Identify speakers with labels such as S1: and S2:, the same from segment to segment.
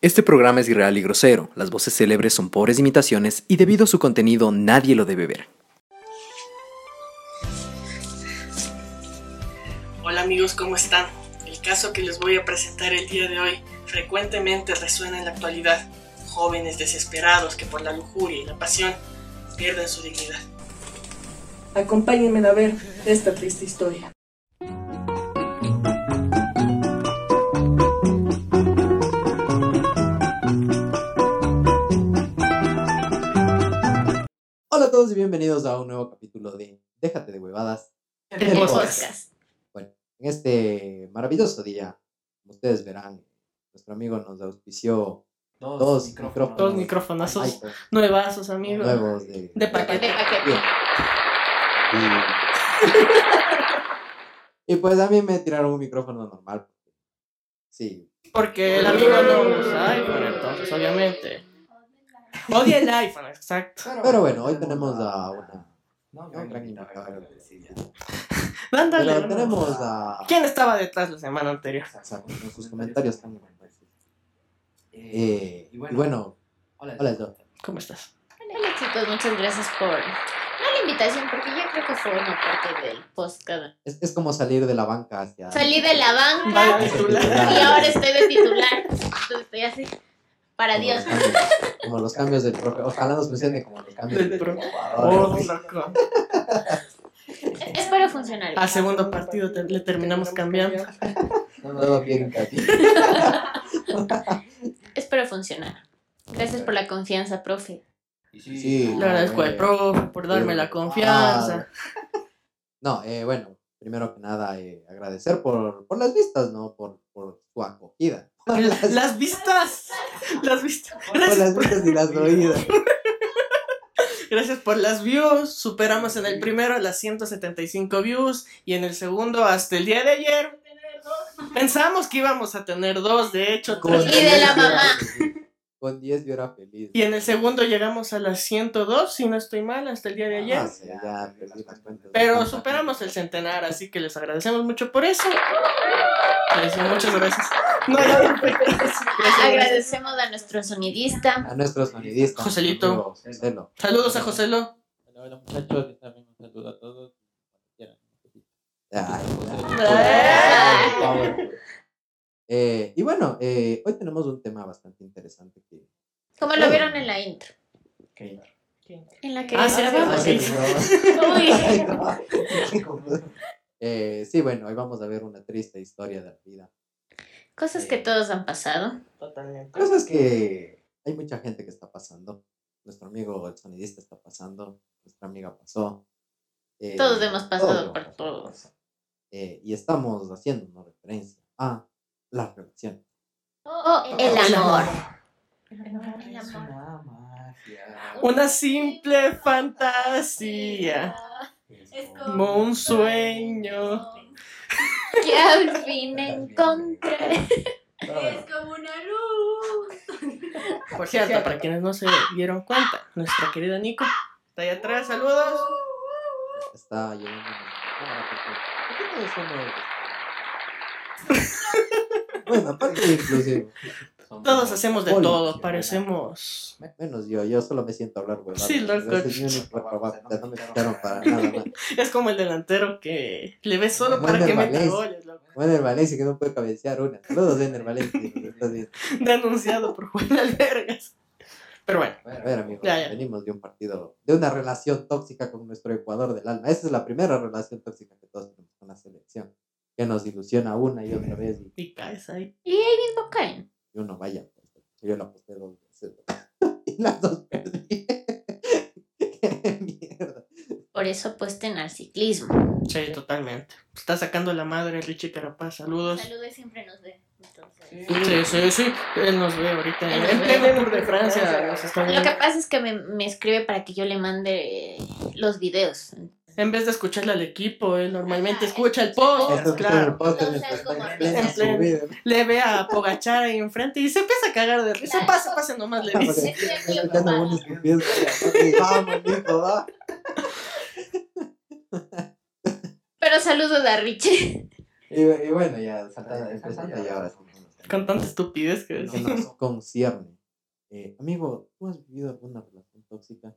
S1: Este programa es irreal y grosero, las voces célebres son pobres imitaciones y debido a su contenido nadie lo debe ver.
S2: Hola amigos, ¿cómo están? El caso que les voy a presentar el día de hoy frecuentemente resuena en la actualidad. Jóvenes desesperados que por la lujuria y la pasión pierden su dignidad.
S3: Acompáñenme a ver esta triste historia.
S4: Hola a todos y bienvenidos a un nuevo capítulo de Déjate de huevadas.
S5: El
S4: podcast. Bueno, en este maravilloso día, como ustedes verán, nuestro amigo nos auspició
S5: Dos,
S4: Dos micrófonos.
S5: micrófonos. Dos microfonazos
S4: iPhone
S5: nuevazos, amigos.
S4: nuevos de,
S5: De paquete.
S4: Bien. Y, y pues a mí me tiraron un micrófono normal. Sí,
S5: Porque el amigo no usa iPhone, entonces, obviamente. Odia el iPhone, exacto.
S4: pero bueno, hoy tenemos a una...
S6: No,
S4: a un gran invitado.
S5: Dándole.
S4: Pero
S5: hermano.
S4: tenemos a...
S5: ¿Quién estaba detrás la semana anterior?
S4: Exacto, con sus comentarios tan... Eh, y bueno, pues,
S6: hola,
S4: hola a todos.
S5: ¿Cómo estás?
S7: Hola chicos, muchas gracias por no la invitación, porque yo creo que fue una parte del podcast.
S4: Es, es como salir de la banca hacia...
S7: Salí de la
S5: Vaya
S7: banca
S5: titular.
S7: y ahora estoy de titular. Entonces estoy así. Para
S4: Como
S7: Dios.
S4: los cambios- Como los cambios del profe. Ojalá nos funcione como los cambios del profe.
S5: Oh, loco.
S7: Es para funcionar.
S5: Al segundo partido te- le terminamos cambiando.
S4: Todo bien, Katy.
S7: Es para funcionar. Gracias por la confianza, profe.
S4: Sí.
S5: Le agradezco al profe por darme la confianza.
S4: No, eh, bueno, primero que nada, eh, agradecer por, por las vistas, ¿no? Por, por su acogida. Por las,
S5: Las vistas. Las vistas.
S4: por
S5: Gracias
S4: las
S5: por,
S4: vistas y las oídas.
S5: gracias por las views. Superamos en el primero las 175 views y en el segundo hasta el día de ayer. Pensamos que íbamos a tener dos, de hecho,
S4: Con
S7: Y
S5: tres.
S7: de
S4: 10
S7: la
S4: yo era
S7: mamá.
S4: feliz. Con 10 yo era feliz.
S5: Y en el segundo llegamos a las 102, si no estoy mal, hasta el día de
S4: Ah,
S5: ayer.
S4: sí, ya perdí las cuentas.
S5: Pero superamos el centenar, así que les agradecemos mucho por eso. Les digo muchas gracias. No, ya no fue. Gracias, gracias.
S7: Agradecemos a nuestro sonidista.
S4: A nuestros sonidistas.
S5: Joselito.
S4: amigo Joselo.
S5: Saludos a José Lo.
S6: Hola, hola muchachos, y también un saludo a todos. Quieran.
S4: Ay,
S7: Ay.
S4: por favor. Eh, y bueno, eh, hoy tenemos un tema bastante interesante que
S7: Como lo vieron en la intro. En la que
S5: Oh. Ah, sí,
S7: grabamos.
S5: sí,
S7: Uy.
S4: Eh, sí, bueno, hoy vamos a ver una triste historia de la vida.
S7: Cosas que todos han pasado.
S5: Totalmente.
S4: Cosas Pues, que hay mucha gente que está pasando. Nuestro amigo el sonidista está pasando, nuestra amiga pasó. Eh,
S7: Todos hemos pasado
S4: todos
S7: por
S4: hemos
S7: todo.
S4: pasado. Eh, y estamos haciendo una referencia a las relaciones.
S7: Oh, el amor. El
S6: Es
S7: amor.
S6: una magia.
S5: Una simple fantasía,
S6: Es
S5: como un sueño.
S7: Que al fin encontré.
S3: como una luz.
S5: Por cierto, para quienes no se dieron cuenta, nuestra querida Nico está ahí atrás. Saludos.
S4: Está llevando. una- ¿Por qué no es uno de- Bueno, aparte de inclusivo.
S5: Todos hacemos de
S4: Hola.
S5: todo, parecemos.
S4: Me- Menos yo, yo solo me siento a hablar huevadas.
S5: Sí, loco.
S4: Ese es mi único trabajo, o sea, no me quitaron para nada. más.
S5: Es como el delantero que le ves solo
S4: Buen
S5: para que
S4: Valencia.
S5: meta goles, loco.
S4: Bueno, el Valencia que no puede cabecear una. Saludos, Ender Valencia. si nos estás viendo.
S5: Denunciado por Juan Albergas. Pero bueno,
S4: A ver, amigos,
S5: Ya, ya.
S4: venimos de un partido, de una relación tóxica con nuestro Ecuador del alma. Esa es la primera relación tóxica que todos tenemos con la selección, que nos ilusiona una y otra vez y,
S5: y caes ahí.
S7: Y ahí mismo caen.
S4: y uno vaya. pues, Yo la aposté dos veces y las dos perdí. Qué mierda.
S7: Por eso apuesten al ciclismo.
S5: Sí, totalmente. Está sacando la madre Richie Carapaz. Saludos.
S7: Saludos siempre nos ve. entonces.
S5: Sí, sí, sí. Él nos ve ahorita.
S7: Él
S5: en
S7: nos
S5: el
S7: ve.
S5: pleno Tour de Francia nos está
S7: Lo que
S5: viendo.
S7: pasa es que me, me escribe para que yo le mande eh, los videos.
S5: En vez de escucharle al equipo, él normalmente
S7: Ajá,
S5: escucha el
S4: Esto
S5: podcast,
S4: es todo el
S5: claro.
S4: podcast,
S7: No seas
S4: esto
S7: como
S4: está en
S5: Ender.
S4: plena subida.
S5: Le ve a Pogachar ahí enfrente y se empieza a cagar de risa.
S7: Claro. Ah,
S5: Pasa, pasa, nomás le dice.
S7: Es cierto,
S4: Estoy escuchando
S7: papá.
S4: buenas estupidez. Ok, Vamos, hijo, va.
S7: Pero saludos a Richie.
S4: Y, y bueno, ya saltando de
S6: Saltando.
S4: presente y ahora sí.
S5: Con tanta estupidez que
S4: que
S5: decís.
S4: nos concierne. Eh, amigo, ¿tú has vivido alguna relación tóxica?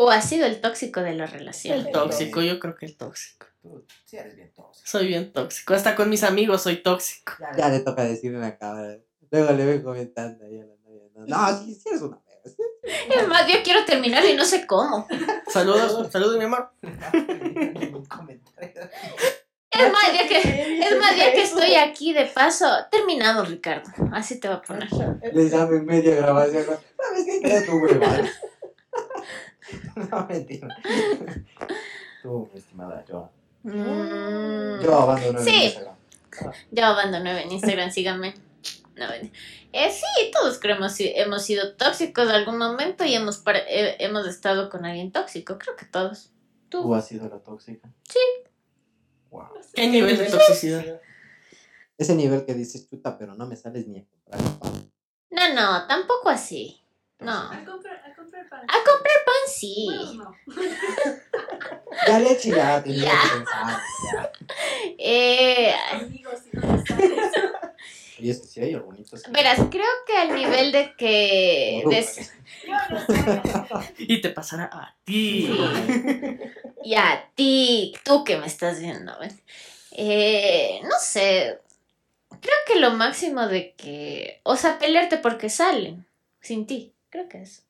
S7: O ha sido el tóxico de la relación.
S5: El tóxico, yo creo que el tóxico.
S8: Tú sí eres bien tóxico.
S5: Soy bien tóxico. Hasta con mis amigos soy tóxico.
S8: Ya
S4: Ya
S8: ves,
S4: le toca decir en la cámara. Luego le voy comentando ahí a la novia. No, no si si eres una verga.
S7: Es más, yo quiero terminar y no sé cómo.
S5: Saludos, saludos, mi amor.
S8: ningún comentario.
S7: Es más, ya que, es más, ya que estoy aquí de paso, terminamos, Ricardo. Así te va a poner.
S4: Le llamo en media grabación. ¿no? ¿Sabes qué? Queda tu hueva.
S8: No, mentira. Tú, mi estimada Joa.
S7: Mm.
S4: Yo abandono
S7: Sí.
S4: el Instagram.
S7: Yo abandoné en Instagram, síganme. No, ven. Eh, sí, todos creo hemos, si- hemos sido tóxicos en algún momento y hemos, par- eh, hemos estado con alguien tóxico, creo que todos.
S8: ¿Tú
S7: Tú.
S8: has sido la tóxica?
S7: Sí.
S8: Wow.
S5: ¿Qué nivel de toxicidad?
S4: Ese nivel que dices, chuta, pero no me sales ni a comprar. pan".
S7: No, no, tampoco así. No.
S3: A
S7: A
S3: comprar, a comprar pan.
S7: comprar pan sí.
S3: Huevos no.
S4: Ya le eché, ya tenía
S7: Ya.
S4: que pensar. Ya.
S7: Eh,
S3: Amigos, si no lo sabes.
S4: Y es que sí hay algo bonito. sí.
S7: verás, creo que al nivel de que... de
S4: pues,
S7: s-
S3: Yo no sabía.
S5: Y te pasará a ti.
S7: y a ti, tú que me estás viendo, ven. Eh, no sé, creo que lo máximo de que... O sea, pelearte porque salen sin ti, creo que es.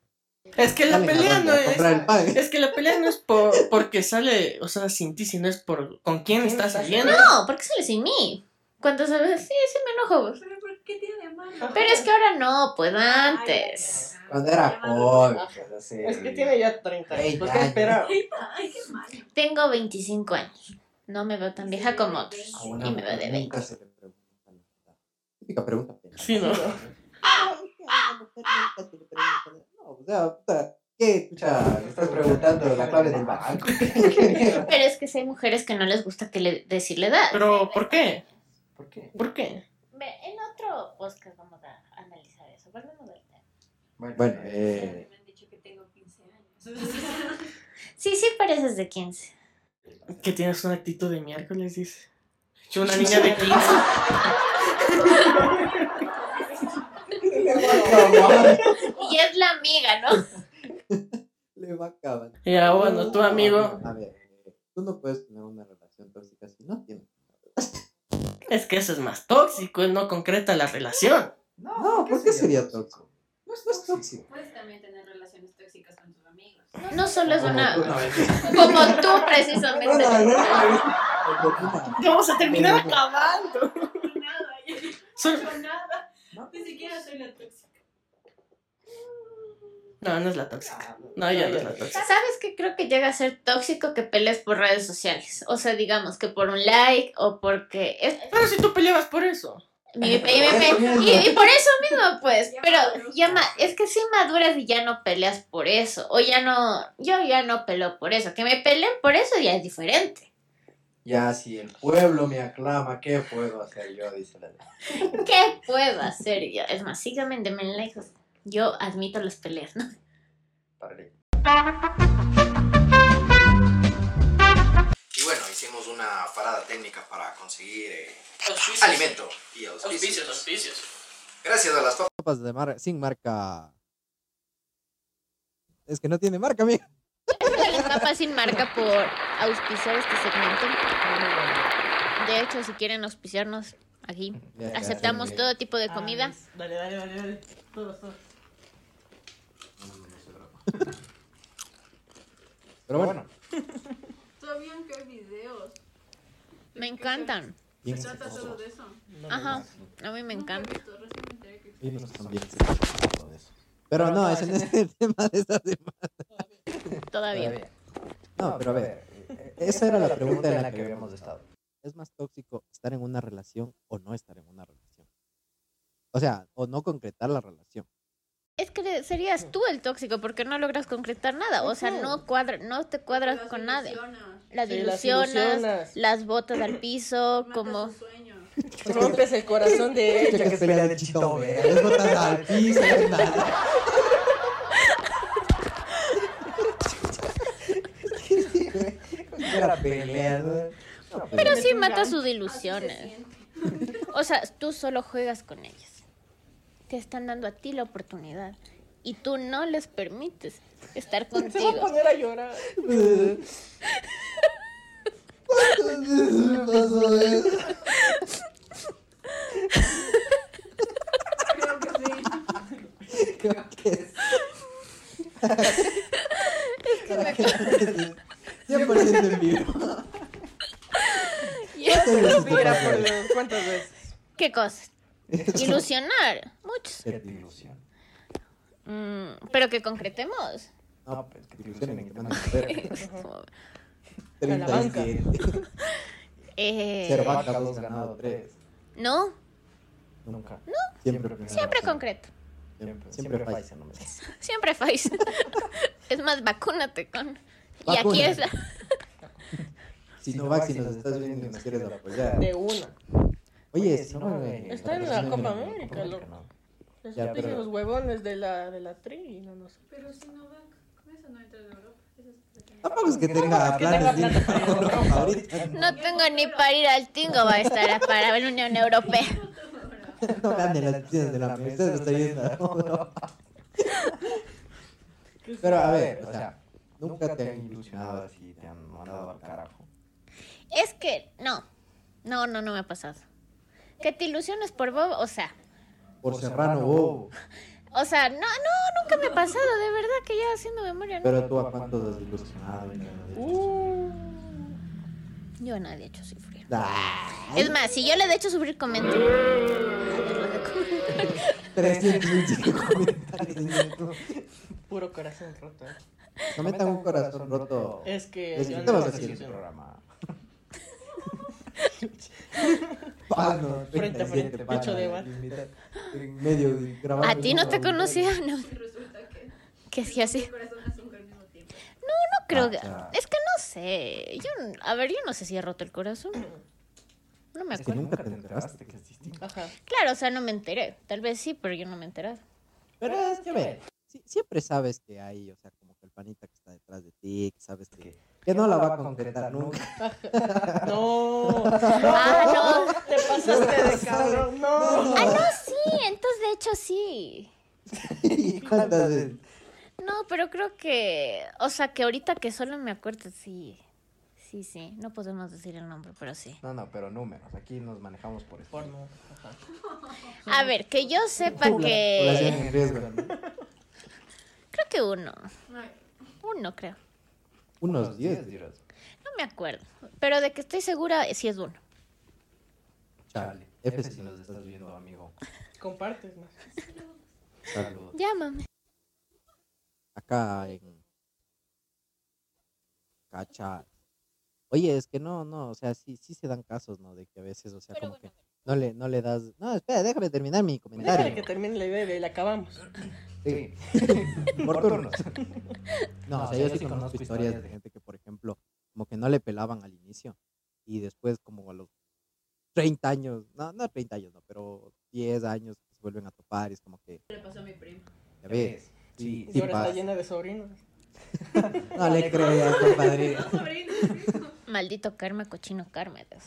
S5: Es que la
S4: Dale,
S5: pelea
S4: cabrón,
S5: no
S4: a comprar
S5: es.
S4: el pan.
S5: Es que la pelea no es por, porque sale, o sea, sin ti, sino es por con quién estás saliendo.
S7: No, porque sale sin mí. Cuando sabes, sí, sí me enojo. pues.
S3: Pero ¿por qué tiene de malo?
S7: Pero es que ahora no, pues antes.
S3: Ay,
S4: Cuando era
S3: Llamado-
S4: joven.
S8: Pues hace-
S5: ya 30
S4: años, pues, ¿qué esperaba?
S3: Ay, qué malo.
S7: Tengo 25 años. No me veo tan vieja como otros.
S5: Ah,
S4: A una
S7: Y me veo
S5: pues,
S7: de
S4: mujer
S7: 20.
S4: nunca se le pregunta la verdad. Típica pregunta. pendeja.
S5: Sí, ¿no?
S4: No, o sea, puta, ¿qué? Escucha, me estás preguntando la clave del banco.
S7: Pero es que sí hay mujeres que no les gusta que le, decir la edad.
S5: Pero, ¿por qué?
S8: ¿Por qué?
S5: ¿Por qué?
S7: Ve, En otro podcast vamos a analizar eso. Volvemos al tema.
S4: Bueno,
S8: eh,
S4: eh,
S3: Me han dicho que tengo 15 años.
S7: Sí, sí pareces de 15.
S5: Que tienes una actitud de miércoles, dice. Yo, una niña de 15.
S7: Y es la amiga, ¿no?
S4: le va a acabar.
S5: Ya, bueno, tu amigo.
S4: A ver, eh, tú no puedes tener una relación tóxica si no tienes.
S5: Es que eso es más tóxico, él no concreta la relación.
S4: No, ¿por qué sería tóxico? No es, no es tóxico.
S3: Puedes también tener relaciones tóxicas con tus amigos.
S7: No solo es
S4: Como tú, no,
S7: una.
S4: es-
S7: Como tú,
S4: no, no, no,
S7: precisamente.
S4: no, como tú, no.
S5: Vamos a terminar acabando.
S3: Nada, yo
S5: Sol-
S3: no he hecho nada. Ni siquiera soy la tóxica.
S5: No, no es la tóxica. No, ya no es la tóxica.
S7: ¿Sabes qué? Creo que llega a ser tóxico que pelees por redes sociales. O sea, digamos que por un like o porque. es-
S5: Pero si tú peleabas por eso.
S7: mi- mi- mi- mi- y, y por eso mismo, pues.
S3: Ya
S7: Pero
S3: maduro.
S7: ya ma- es que sí maduras y ya no peleas por eso. O ya no. Yo ya no peleo por eso. Que me peleen por eso ya es diferente.
S4: Ya, si el pueblo me aclama, ¿qué puedo hacer yo? Dice la
S7: ¿Qué puedo hacer yo? Es más, síganme, denme like. Yo admito las peleas, ¿no?
S8: Vale.
S9: Y bueno, hicimos una parada técnica para conseguir eh,
S2: Auspicios.
S9: alimento y auspicios.
S2: Auspicios, auspicios.
S9: Gracias a las papas.
S4: Copas de mar sin marca. Es que no tiene marca, amigo.
S7: las papas sin marca por auspiciar este segmento. De hecho, si quieren auspiciarnos aquí, aceptamos todo tipo de comida.
S5: Dale, dale, dale, dale. Todos, todos.
S4: Pero bueno,
S3: Todavía aunque hay videos.
S7: Me encantan.
S4: bien
S3: Se trata solo de eso.
S7: Ajá, a mí me encanta.
S3: Nunca he visto, recién me enteré que
S4: bien todo eso. Pero no, es en este tema de esta semana.
S7: Todavía.
S4: No, pero a ver, esa era la pregunta en la que habíamos
S8: estado.
S4: ¿es más tóxico estar en una relación o no estar en una relación? O sea, o no concretar la relación.
S7: Es que serías tú el tóxico porque no logras concretar nada. O sea, no cuadra, no te cuadras
S3: las
S7: con nadie.
S3: ilusionas,
S7: Las
S5: Sí, las
S7: ilusionas,
S5: ilusionas.
S7: las botas al piso,
S3: matas
S7: como
S3: sus sueños.
S5: Rompes el corazón de ella.
S4: que es pelea de chito, Es botas al piso, es nada.
S8: Era pelea.
S7: Pero sí mata sus ilusiones.
S3: Así se siente.
S7: O sea, tú solo juegas con ellos. Te están dando a ti la oportunidad. Y tú no les permites estar
S5: Se va a
S7: contigo.
S5: poner a llorar.
S4: ¿Cuántas veces me pasó eso?
S3: Creo que sí.
S4: Creo que es. Para que Siempre es en vivo.
S5: Mira, por Dios, ¿cuántas veces?
S7: ¿Qué cosas? Ilusionar. Muchos.
S4: Que
S8: ¿Qué
S4: te
S8: te ilusión?
S7: Mm, pero que concretemos.
S4: No,
S8: pues que te ilusionen, que te manden
S5: A la banca.
S4: 37.
S7: Eh,
S4: Cero vaca, dos ganado, tres.
S7: no,
S8: Nunca.
S4: Siempre primero.
S7: siempre concreto.
S8: Siempre,
S4: Siempre
S8: siempre
S4: falla.
S8: falla, no me
S7: Siempre fais. es más, vacúnate con. Y aquí
S4: Vacúnate.
S7: es la.
S4: Si no, Vaxi, nos estás viendo y nos quieres apoyar.
S5: De una.
S4: Oye, si no, eh,
S5: Está en la Copa América, loco. Los
S4: Ya, pero-
S5: pinches huevones de la, de la tri y no nos
S3: Pero si no va, con eso no entra en Europa. Eso es-
S4: Tampoco es que tenga
S5: que tenga
S4: planes de ir para Europa ahorita.
S7: No tengo ni para ir al tingo, va a estar para ver la Unión Europea.
S4: No gane las decisiones de la mesa, se está yendo a Europa. Pero a ver, o sea, nunca te han ilusionado así.
S8: así, te han mandado al carajo.
S7: Es que, no. No, no, no me ha pasado. Que te ilusiones por Bob, o sea.
S4: Por Serrano Bobo.
S7: O sea, no, no, nunca me ha pasado, de verdad que ya haciendo memoria, no.
S4: Pero tú a cuántos has ilusionado. y no has hecho?
S7: Uh, yo a nadie he hecho sufrir.
S4: Ah,
S7: Es más, si yo le he hecho sufrir, comento. A ver, lo de comentar.
S4: 325 comentarios en YouTube.
S5: Puro corazón roto. ¿eh?
S4: No metan un corazón roto.
S5: Es que.
S4: Necesitamos
S5: yo
S4: así el
S5: no-
S4: programa. Pano,
S5: Frente a frente,
S4: 37
S5: pecho de
S4: panos,
S5: vaca.
S4: invita- En medio de grabar.
S7: A ti no te conocía, no.
S3: Y resulta que
S7: Que sí, así.
S3: el corazón hace un al mismo tiempo.
S7: No creo que.
S4: Ah,
S7: Es que no sé. Yo, a ver, yo no sé si he roto el corazón. No me
S4: Es que
S7: acuerdo.
S4: nunca te enteraste que es distinto.
S5: Ajá.
S7: Claro, o sea, no me enteré. Tal vez sí, pero yo no me he enterado.
S4: Pero es que, a ver, sí- siempre sabes que hay, o sea, como que el panita que está detrás de ti, que sabes que, que no la va a concretar nunca.
S5: No.
S7: Ah,
S5: no. Te pasaste de cabrón. No.
S7: Ah, no, sí. Entonces, de hecho, sí.
S4: ¿Y cuántas veces?
S7: No, pero creo que. O sea, que ahorita que solo me acuerdo, sí. Sí, sí. No podemos decir el nombre, pero sí.
S8: No, no, pero números. Aquí nos manejamos por eso.
S5: Porno. Ajá.
S7: A ver, que yo sepa
S4: Población
S7: que.
S4: en riesgo. ¿no?
S7: Creo que uno.
S3: Ay,
S7: Uno, creo.
S4: Unos 10
S8: dirás.
S7: No me acuerdo. Pero de que estoy segura, eh, sí es uno.
S4: Chale, F si nos estás viendo,
S8: amigo.
S5: Compartes más.
S4: Saludos.
S7: Llámame.
S4: Acá en. Cacha. Oye, es que no, no, o sea, sí, sí se dan casos, ¿no? De que a veces, o sea,
S7: Pero
S4: como que no le, no le das. No, espera, déjame terminar mi
S5: Déjale que
S4: comentario.
S5: termine la idea y la acabamos.
S8: Sí.
S4: Por turnos. No,
S8: No,
S4: o sea, yo sí conozco historias de gente que, por ejemplo, como que no le pelaban al inicio y después como a los 30 años, no, no 30 años, no, pero 10 años se vuelven a topar y es como que,
S3: le pasó a mi primo.
S4: ya ves,
S8: Sí.
S4: sí,
S5: Y
S4: sí
S5: ahora está
S4: pasa.
S5: llena de sobrinos.
S4: no le creas, compadre.
S3: Sobrino,
S7: Maldito karma, cochino karma. Dios.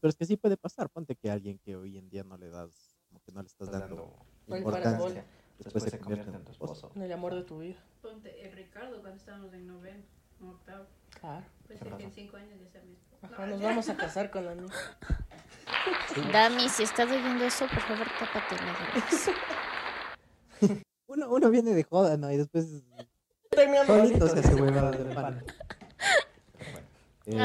S4: Pero es que sí puede pasar, ponte que alguien que hoy en día no le das, como que no le estás dando
S5: Fue el
S4: importancia,
S5: parabol.
S4: después, se convierte en tu esposo.
S5: En el amor de tu vida.
S3: Ponte el Ricardo cuando estábamos en noveno, en octavo.
S5: Claro.
S3: Pensé que en cinco años ya sea mi esposo.
S5: Ajá, nos vamos a casar con la niña.
S7: Dami, si estás oyendo eso, por favor, tápate los oídos.
S4: Uno, uno viene de joda, ¿no? Y después
S5: Terminamos.
S4: solito se hace huevadas del pan.
S7: A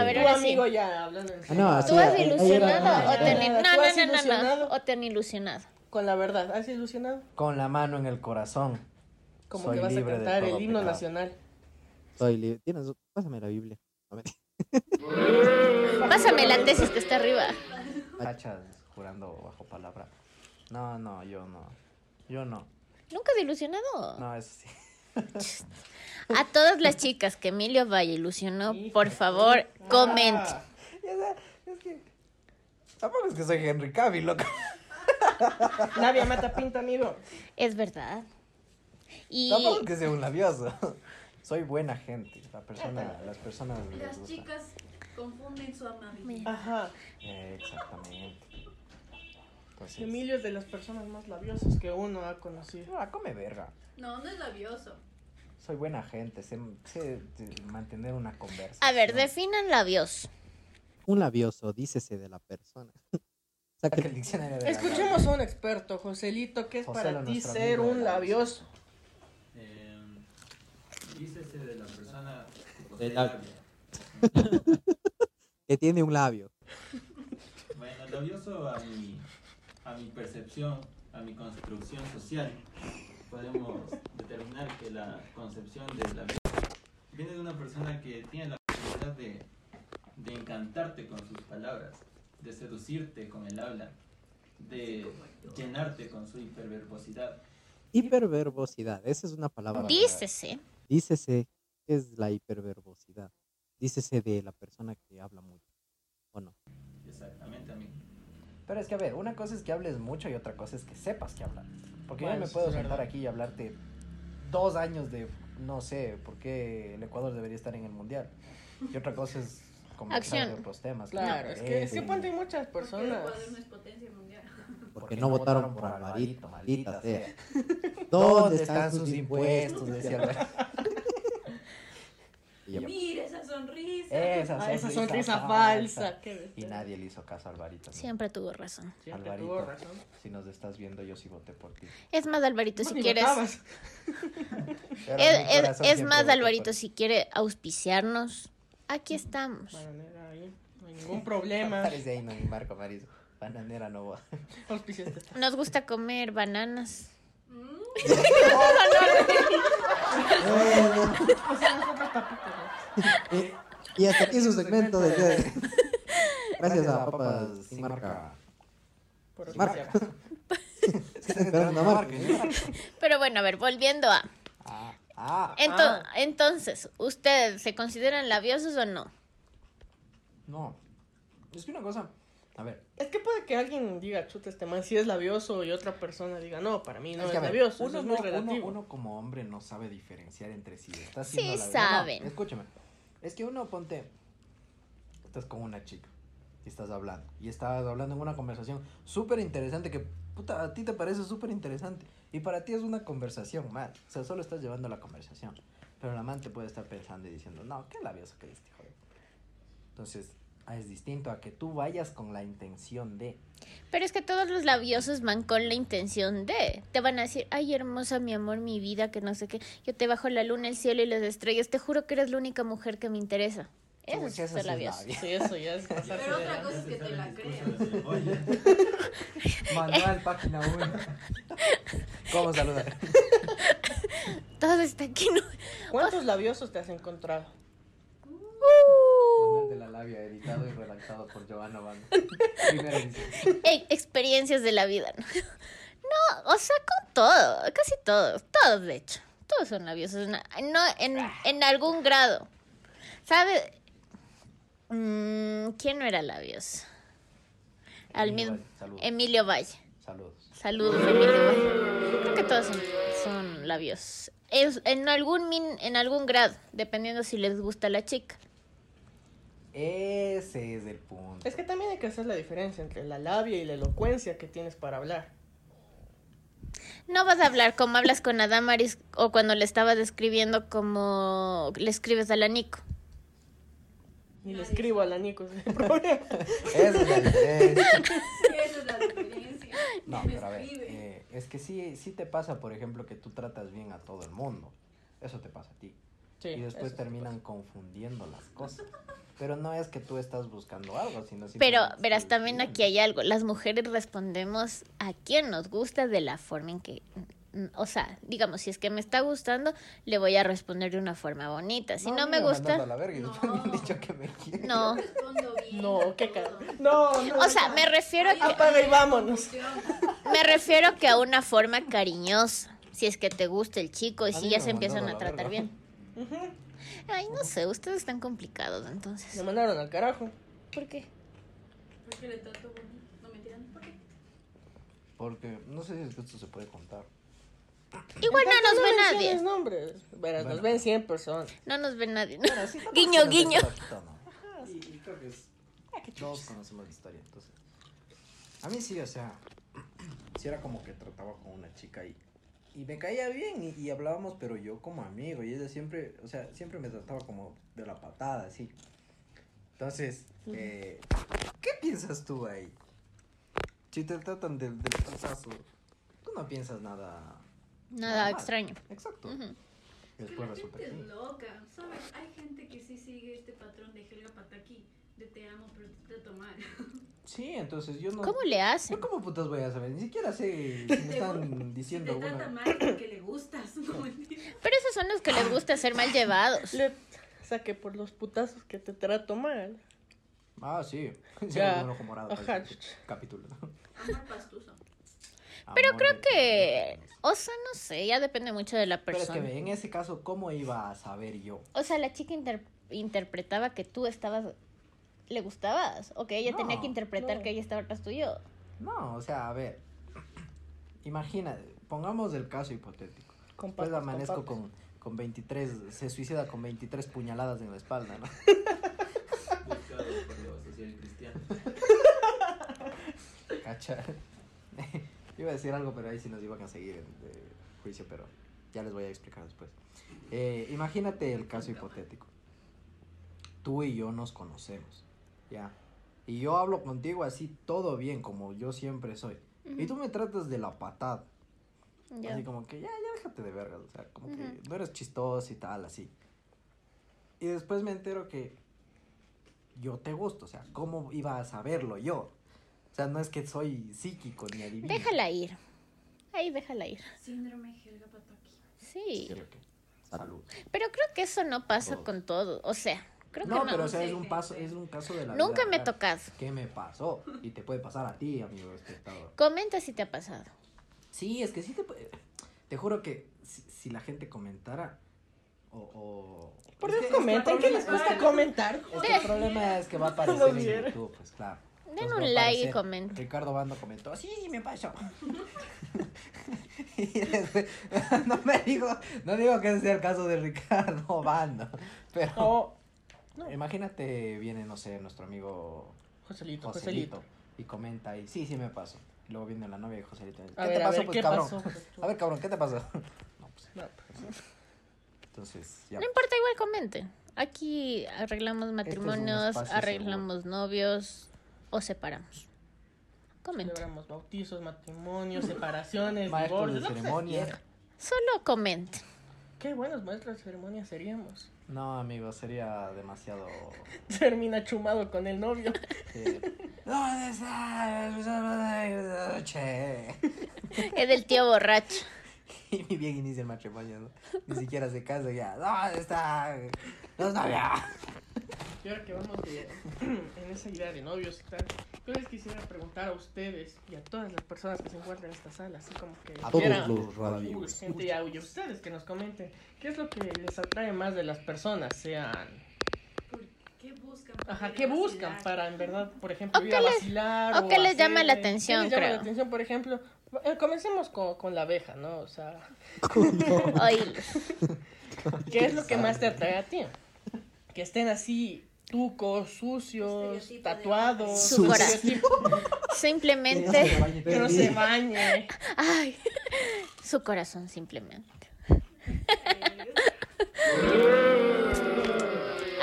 S7: ver,
S5: Tu
S4: Eh,
S7: ahora sí.
S5: amigo ya hablando. en
S4: Ah, no, así,
S7: ¿Tú has
S4: ahí- ahí era-
S7: ilusionado
S5: no,
S7: o te han
S5: no, ¿tú has
S7: ilusionado? No, no, no,
S5: ilusionado?
S7: no. O te han ilusionado.
S5: Con la verdad, ¿has ilusionado?
S8: Con la mano en el corazón.
S5: Como
S8: Soy
S5: que vas a
S8: libre de
S5: cantar
S8: todo
S5: el himno
S8: pecado.
S5: nacional.
S4: Soy libre. Tienes, pásame la Biblia. No, mentira.
S7: Pásame la tesis que está arriba.
S8: Hachas jurando bajo palabra. No, no, yo no. Yo no.
S7: ¿Nunca has ilusionado?
S8: No, eso sí.
S7: A todas las chicas que Emilio Valle ilusionó,
S5: Hijo
S7: por
S5: de
S7: favor, comenten.
S5: Ah,
S8: Ya sé, es que. Tampoco es que soy Henry Cavill, loco.
S5: Nadie mata pinta, amigo.
S7: Es verdad. Y
S8: Tampoco es que sea un labioso. Soy buena gente. La persona, las personas les
S3: Las
S8: gusta.
S3: chicas confunden su amabilidad.
S5: Ajá.
S8: Eh, exactamente.
S4: Pues
S8: Entonces,
S5: Emilio es de las personas más labiosas que uno ha conocido.
S8: Ah, come verga.
S3: No, no es labioso.
S8: Soy buena gente, sé, sé, eh, mantener una conversa.
S7: A ver, definan labios.
S4: Un labioso, dícese de la persona. O sea,
S8: Saca
S4: que-
S8: el diccionario de la
S5: Escuchemos a un experto, Joselito, ¿qué es
S8: Joselo,
S5: para ti
S8: nuestro
S5: ser
S8: amigo
S5: un
S8: de la-
S5: labioso?
S6: Em, dícese de la persona de labio.
S4: que tiene un labio.
S6: Bueno, labioso a mi, a mi percepción, a mi construcción social, podemos determinar que la concepción de labioso viene de una persona que tiene la capacidad de, de encantarte con sus palabras, de seducirte con el habla, de llenarte con su hiperverbosidad.
S4: Hiperverbosidad, esa es una palabra.
S7: Dícese.
S4: Dícese que es la hiperverbosidad. Dícese de la persona que habla mucho. ¿O no?
S6: Exactamente, amigo.
S8: Pero es que, a ver, una cosa es que hables mucho y otra cosa es que sepas que hablar. Porque
S5: Bueno,
S8: yo no me
S5: eso
S8: puedo
S5: es
S8: sentar
S5: verdad.
S8: aquí y hablarte dos años de, no sé, por qué el Ecuador debería estar en el Mundial. Y otra cosa es conversar
S7: Acción.
S8: de otros temas. Eh,
S5: Claro,
S8: me
S5: es que, es que
S8: interesen.
S5: ponte hay muchas
S3: Porque
S5: personas.
S3: Ecuador no es potencia mundial.
S4: Porque, no, votaron por Alvarito, maldita sea. ¿Dónde están sus impuestos?
S8: Decía Alvarito.
S4: Y yo,
S3: Mira esa sonrisa.
S8: Esa
S5: Ah, esa sonrisa falsa. qué
S8: Y nadie le hizo caso a Alvarito. ¿no?
S7: Siempre tuvo razón.
S5: Siempre
S8: Alvarito.
S5: tuvo razón.
S8: Si nos estás viendo, yo sí voté por ti.
S7: Es más, Alvarito, si
S5: Ni
S7: quieres.
S5: votabas.
S8: Pero
S7: Es,
S8: mi
S7: es-
S8: corazón
S7: es
S8: siempre
S7: más,
S8: votó
S7: Alvarito,
S8: por-
S7: si quiere auspiciarnos,
S8: Mm.
S7: aquí estamos.
S5: Bananera, ahí, no hay ningún problema.
S8: Aparece ahí, no, mi Marco Maris. Bananera no va.
S5: Auspiciaste.
S7: Nos gusta comer bananas.
S3: Mm,
S5: O sea, no compras papitas, ¿no?
S4: eh, y hasta aquí su segmento de día de- Gracias a Papas
S8: Papas
S4: Sin Marca.
S5: Por
S4: Sin marca.
S5: auspiciar.
S4: Pero una marca. ¿eh?
S7: Pero bueno, a ver, volviendo a.
S8: Ah, ah.
S7: Ento-
S5: Ah.
S7: Entonces, ¿ustedes se consideran labiosos o no?
S8: No. Es que una cosa. A ver.
S5: Es que puede que alguien diga, chuta, este man sí es labioso y otra persona diga, no, para mí no
S8: es
S5: es,
S8: que, a ver,
S5: labioso.
S8: uno,
S5: eso es
S8: no-
S5: muy
S8: uno-
S5: relativo.
S8: uno como hombre no sabe diferenciar entre sí. Está
S7: Sí
S8: haciendo la-
S7: saben.
S8: No, escúchame. Es que uno ponte. Estás con una chica. Y estás hablando. Y estás hablando en una conversación súper interesante que. Puta, a ti te parece súper interesante. Y para ti es una conversación mal. O sea, solo estás llevando la conversación. Pero la amante puede estar pensando y diciendo, no, qué labioso que eres, este joder. Entonces, ah, es distinto a que tú vayas con la intención de.
S7: Pero es que todos los labiosos van con la intención de. Te van a decir, ay, hermosa, mi amor, mi vida, que no sé qué. Yo te bajo la luna, el cielo y las estrellas. Te juro que eres la única mujer que me interesa. Eso
S8: Uy,
S7: es
S8: que eso
S7: ser
S8: sí es
S7: labioso.
S8: labio.
S5: Sí, eso ya es pasarse
S3: Pero
S5: de
S3: otra
S5: lanza.
S3: cosa es que te la creas.
S8: Manual, página 1. ¿Cómo saludar?
S7: Todo está aquí, ¿no?
S5: ¿Cuántos labiosos te has encontrado?
S7: Uh.
S8: Manual de la labia, editado y redactado por Giovanna Van. Primera edición.
S7: Ey, E-, experiencias de la vida. ¿no? No, o sea, con todo, casi todos, todos de hecho, todos son labiosos, na- no, en, en algún grado. ¿Sabes? Mm, ¿Quién no era labioso? Al
S8: Emilio
S7: mismo,
S8: Valle, saludos.
S7: Emilio Valle.
S8: Saludos.
S7: Saludos, Emilio Valle. Creo que todos son, son labios. Es- en, algún min- en algún grado, dependiendo si les gusta la chica.
S8: Ese es el punto.
S5: Es que también hay que hacer la diferencia entre la labia y la elocuencia que tienes para hablar.
S7: No vas a hablar como hablas con Adamaris o cuando le estabas escribiendo como le escribes a la Nico.
S5: Ni le
S3: Nadie
S5: escribo a la Nico, ese es el problema.
S8: Esa es la diferencia.
S3: Esa es la diferencia.
S8: No,
S3: Me
S8: pero a ver,
S3: escribe.
S8: eh, es que sí, sí te pasa, por ejemplo, que tú tratas bien a todo el mundo. Eso te pasa a ti.
S5: Sí,
S8: y
S5: eso
S8: después
S5: sí
S8: terminan confundiendo las cosas. Pero no es que tú estás buscando algo, sino
S7: Pero
S8: simplemente
S7: verás,
S8: estás
S7: también
S8: viendo.
S7: aquí hay algo. Las mujeres respondemos a quien nos gusta de la forma en que... mm, O sea, digamos, si es que me está gustando, le voy a responder de una forma bonita. Si no,
S8: a mí
S7: me
S8: mandas a
S7: gusta...
S8: la verga y
S3: No.
S8: después me han dicho que me quieren.
S7: No.
S3: Respondo bien.
S5: No, qué
S3: todo.
S5: caro. No, no.
S7: O sea, me refiero,
S3: Oye,
S7: que,
S5: Apaga y vámonos.
S7: me refiero que a una forma cariñosa. Si es que te gusta el chico y
S8: A
S7: si
S8: mí
S7: ya
S8: me
S7: se
S8: han mandado
S7: empiezan
S8: a
S7: a
S8: la verga.
S7: tratar bien. Ay, no sé, ustedes están complicados entonces.
S5: Me mandaron al carajo.
S7: ¿Por qué?
S3: Porque le trato bonito. No me tiran. ¿Por qué?
S8: Porque no sé si es que esto se puede contar.
S7: Igual no nos ve nadie.
S5: menciones nombres. Verás,
S8: Bueno.
S5: nos ven 100 personas.
S7: No nos ve nadie. ¿no? guiño, guiño. Ah,
S8: Y, y creo que es. Todos conocemos la historia, entonces. A mí sí, o sea. sí era como que trataba con una chica y, y me caía bien y, y hablábamos, pero yo como amigo y ella siempre, o sea, siempre me trataba como de la patada, así. Entonces, eh, ¿qué piensas tú ahí? Si te tratan del, del putazo, tú no piensas nada.
S7: Nada
S8: mal.
S7: extraño.
S8: Exacto.
S7: Ujú.
S8: Después
S3: que la
S8: resulta
S3: gente
S8: que...
S3: es loca, ¿sabes? Hay gente que sí sigue este patrón de Helga Pataki, de te amo pero te trato mal.
S8: Sí, entonces yo no...
S7: ¿Cómo le hacen?
S8: Yo como putas voy a saber, ni siquiera sé si me están
S3: Si
S8: diciendo
S3: te trata
S8: una...
S3: mal es porque le gustas, no mentira.
S7: Pero esos son los que les gusta ser mal llevados.
S5: Le saqué por los putazos que te trato mal.
S8: Ah, sí. Sí,
S5: Ya.
S8: con un ojo morado.
S5: Ajá.
S8: parece. Capítulo.
S3: Amor pastuso.
S7: Pero
S8: Amor
S7: creo
S8: de-
S7: que, o sea, no sé, ya depende mucho de la
S8: Pero es que
S7: persona.
S8: ve, en ese caso, ¿cómo iba a saber yo?
S7: O sea, la chica inter- interpretaba que tú estabas, le gustabas, o que ella
S8: No,
S7: tenía que interpretar
S8: no.
S7: que ella estaba atrás tuyo.
S8: No, o sea, a ver. Imagina, pongamos el caso hipotético.
S5: Con
S8: Después
S5: papas,
S8: amanezco
S5: papas.
S8: con, con 23, se suicida con 23 puñaladas en la espalda, ¿no?
S6: Buscado por los social cristianos.
S8: Cacha. iba a decir algo, pero ahí sí nos iban a seguir en de juicio, pero ya les voy a explicar después. Eh, imagínate el caso hipotético. Tú y yo nos conocemos, ¿ya? Y yo hablo contigo así todo bien, como yo siempre soy. Y tú me tratas de la patada.
S7: Ya.
S8: Así como que ya, ya déjate de vergas, o sea, como
S7: Ujú.
S8: que no eres chistoso y tal, así. Y después me entero que yo te gusto, o sea, ¿cómo iba a saberlo yo? O sea, no es que soy psíquico ni adivino.
S7: Déjala ir. Ahí déjala ir.
S3: Síndrome Helga Pataki.
S7: Sí.
S8: Creo que- Salud.
S7: Pero creo que eso no pasa
S8: Todos.
S7: con todo. O sea, creo
S8: No,
S7: que
S8: pero
S7: no.
S8: o sea, es
S3: Sí,
S8: un
S3: sí,
S8: paso,
S3: sí.
S8: es un caso de la
S7: Nunca
S8: vida
S7: me
S8: real.
S7: ha tocado.
S8: ¿Qué me pasó? Y te puede pasar a ti, amigo espectador.
S7: Comenta si te ha pasado.
S8: Sí, es que sí te puede. Te juro que si, si la gente comentara o. o...
S5: Por
S8: Es
S5: Dios,
S8: que- es que el
S5: comenten. ¿Qué les
S8: problema-
S5: gusta comentar?
S8: Es que el problema es que va a aparecer
S5: No
S8: en
S5: quiero.
S8: YouTube, pues claro.
S7: Den
S8: Entonces,
S7: un
S8: va a
S7: like y
S8: aparecer.
S7: comenten.
S8: Ricardo Bando comentó, sí, sí me pasó. Y después- no me digo, no digo que ese sea el caso de Ricardo Bando, pero
S5: No. no.
S8: imagínate viene, no sé, nuestro amigo
S5: Joselito,
S8: Joselito
S5: Joselito.
S8: y comenta ahí, sí, sí me pasó. Y luego viene la novia de Joselito, ¿qué
S5: A
S8: te
S5: ver, a
S8: pasó,
S5: ver,
S8: pues
S5: ¿qué
S8: cabrón?
S5: pasó?
S8: A ver, cabrón, ¿qué te pasó? No, pues,
S5: No. ¿Eh?
S8: entonces, ya.
S7: No importa, igual comenten. Aquí arreglamos
S8: Este es un
S7: matrimonios,
S8: espacio
S7: arreglamos novios o separamos. Comenten.
S5: Celebramos bautizos, matrimonios, separaciones,
S8: Maestro
S5: divorcios.
S8: de
S5: lo que se
S8: ceremonia.
S5: quiera.
S7: Solo comenten.
S5: Qué buenos maestros de ceremonia seríamos.
S8: No, amigo, sería demasiado
S5: Termina chumado con el novio.
S8: Eh, ¿Dónde está? Che.
S7: Es del tío borracho.
S8: Y mi bien inicia el matrimonio, ¿no? Ni siquiera se casa ya. ¿Dónde está? No sabía.
S5: Y ahora que vamos de- en esa idea de novios y tal, yo les quisiera preguntar a ustedes y a todas las personas que se encuentran en esta sala, así como que
S8: A
S5: quiera-
S8: todos los radioviewers.
S5: gente y a y a ustedes que nos comenten qué es lo que les atrae más de las personas, sean,
S3: ¿Por qué buscan?
S5: ajá,
S3: Para
S5: qué
S3: vacilar.
S5: buscan para en verdad, por ejemplo,
S7: O
S5: ir
S7: qué
S5: a
S7: les-
S5: vacilar
S7: o qué les
S5: hacer-
S7: llama la
S5: ¿qué les
S7: atención,
S5: llama
S7: creo.
S5: la atención, por ejemplo, eh, comencemos con, con la abeja, ¿no? O sea,
S7: Oílo.
S5: ¿qué es lo que más te atrae a ti? Que estén así tucos, sucios,
S3: Estereotipo de-
S5: tatuados,
S7: Su corazón.
S5: estereotipo.
S7: Simplemente.
S5: Que no se bañe.
S7: Ay. Su corazón, simplemente.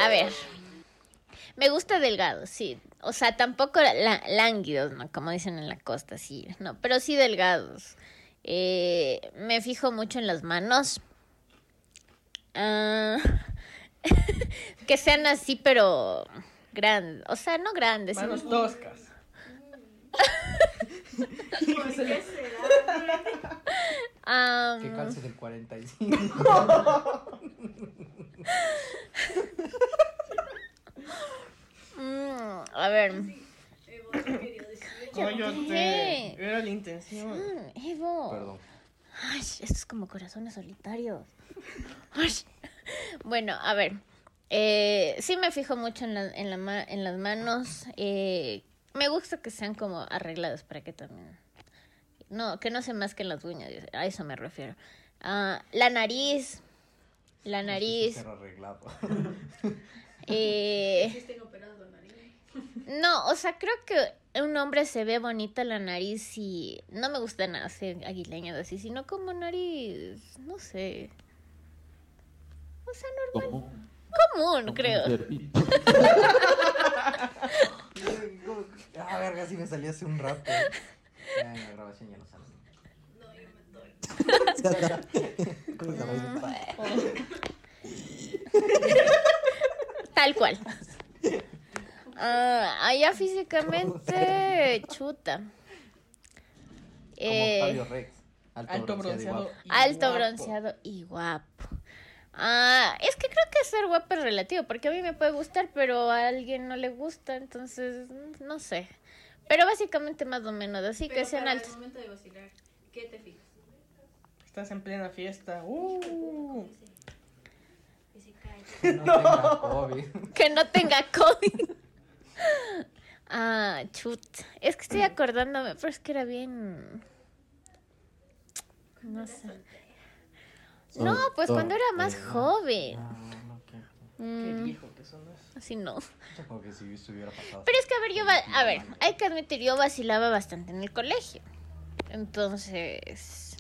S7: A ver. Me gusta delgado, sí. O sea, tampoco la- lánguidos, ¿no? Como dicen en la costa, sí. No, pero sí delgados. Eh, me fijo mucho en las manos. Ah, que sean así, pero grandes. O sea, no grandes. sino-
S5: Manos toscas.
S3: ¿Por qué será?
S7: Ah,
S8: Que calce del 45.
S7: mm, a ver.
S3: Eh, vos no querías decir.
S5: No, yo
S7: dije.
S5: sé. Era la intención.
S7: Mm, Evo.
S8: Perdón.
S7: Ay, esto es como corazones solitarios. Ay. Bueno, a ver. Eh, sí me fijo mucho en, la- en, la ma- en las manos. Eh, me gusta que sean como arreglados para que también... No, que no se masquen las uñas. A eso me refiero. Ah, la nariz. La
S8: Nariz.
S7: nariz.
S8: arreglado.
S7: eh,
S3: Existen operados nariz.
S7: No, o sea, creo que un hombre se ve bonita la nariz y no me gusta nada ser aguileñas así, sino como nariz, no sé. O sea,
S4: ¿Cómo?
S7: común, creo.
S8: Ah, verga, sí me salió hace un rato. Ya en la grabación ya lo sabes.
S3: No, yo me doy.
S7: Mm, Tal cual. Ah, allá físicamente, chuta.
S8: Como
S7: Eh,
S8: Octavio Rex. Alto,
S5: Alto bronceado.
S8: igual.
S5: y
S7: alto,
S5: guapo.
S7: bronceado y guapo. Ah, es que creo que ser guapo es relativo, porque a mí me puede gustar, pero a alguien no le gusta, entonces mm, no sé. Pero básicamente más o menos, así que
S3: Pero
S7: sean
S3: para el
S7: altos.
S3: momento de vacilar, ¿qué te fijas?
S5: Estás en plena fiesta. Uh.
S3: Ese, ese cae.
S8: Que No tenga COVID.
S7: Que no tenga COVID. ah, chut. Es que estoy acordándome, pero es que era bien. No sé. No, pues cuando era más joven.
S8: Ah, no, que-
S5: Qué
S7: Mm,
S5: viejo que son esos.
S7: así no.
S8: Yo como que si estuviera pasado.
S7: Pero es que, a ver, yo va- a ver, hay que admitir, yo vacilaba bastante en el colegio. Entonces,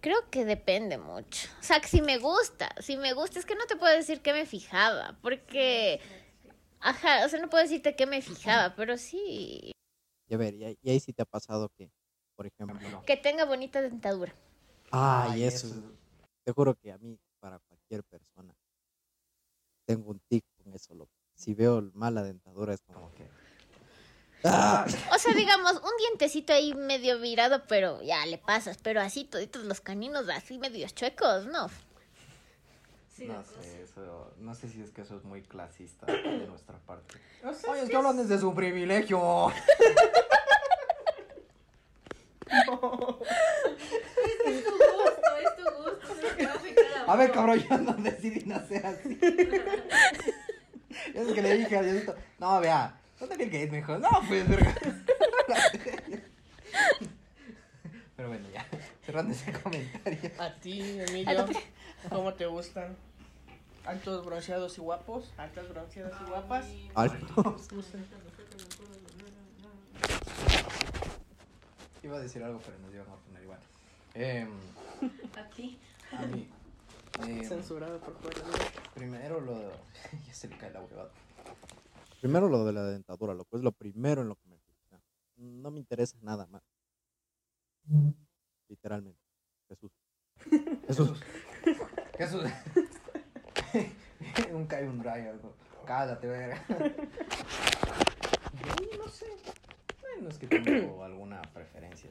S7: creo que depende mucho. O sea, que si me gusta, si me gusta, es que no te puedo decir que me fijaba, porque, ajá, o sea, no puedo decirte que me fijaba, pero sí,
S4: Y a ver, y, ahí- y ahí sí te ha pasado que, por ejemplo.
S7: que tenga bonita dentadura.
S4: Ay, eso. Te juro que a mí, para cualquier persona, tengo un tic con eso, loco. Si veo mala dentadura es como que. ¡Ah!
S7: O sea, digamos, un dientecito ahí medio virado, pero ya le pasas, pero así toditos los caninos, así medios chuecos, no.
S3: Sí,
S8: No
S3: la cosa.
S8: sé, eso, no sé si es que eso es muy clasista de nuestra parte.
S5: No sé.
S8: Oye, es que hablan desde su privilegio.
S3: Es tu gusto, es tu gusto. no te va a afectar a
S8: A ver,
S3: vos.
S8: cabrón, yo no decidí nacer así. Es que le dije a Diosito, no, vea, no te que es mejor. No, pues, verga. Pero bueno, ya, cerrando ese comentario.
S5: A ti, Emilio, ¿cómo te gustan? ¿Altos bronceados y guapos? ¿Altas bronceadas y guapas?
S4: Alto.
S8: Iba a decir algo, pero nos iban a poner igual. Eh,
S3: A ti.
S8: a mí. eh,
S5: Censurado por fuera.
S8: primero lo. ya se le cae la huevada.
S4: Primero lo de la dentadura, loco. Es lo primero en lo que me fijo. No me interesa nada más. Literalmente. Jesús. Jesús.
S8: Jesús. un cae un rayo algo. Cállate, verga. Yo no sé. Bueno, es que tengo alguna preferencia.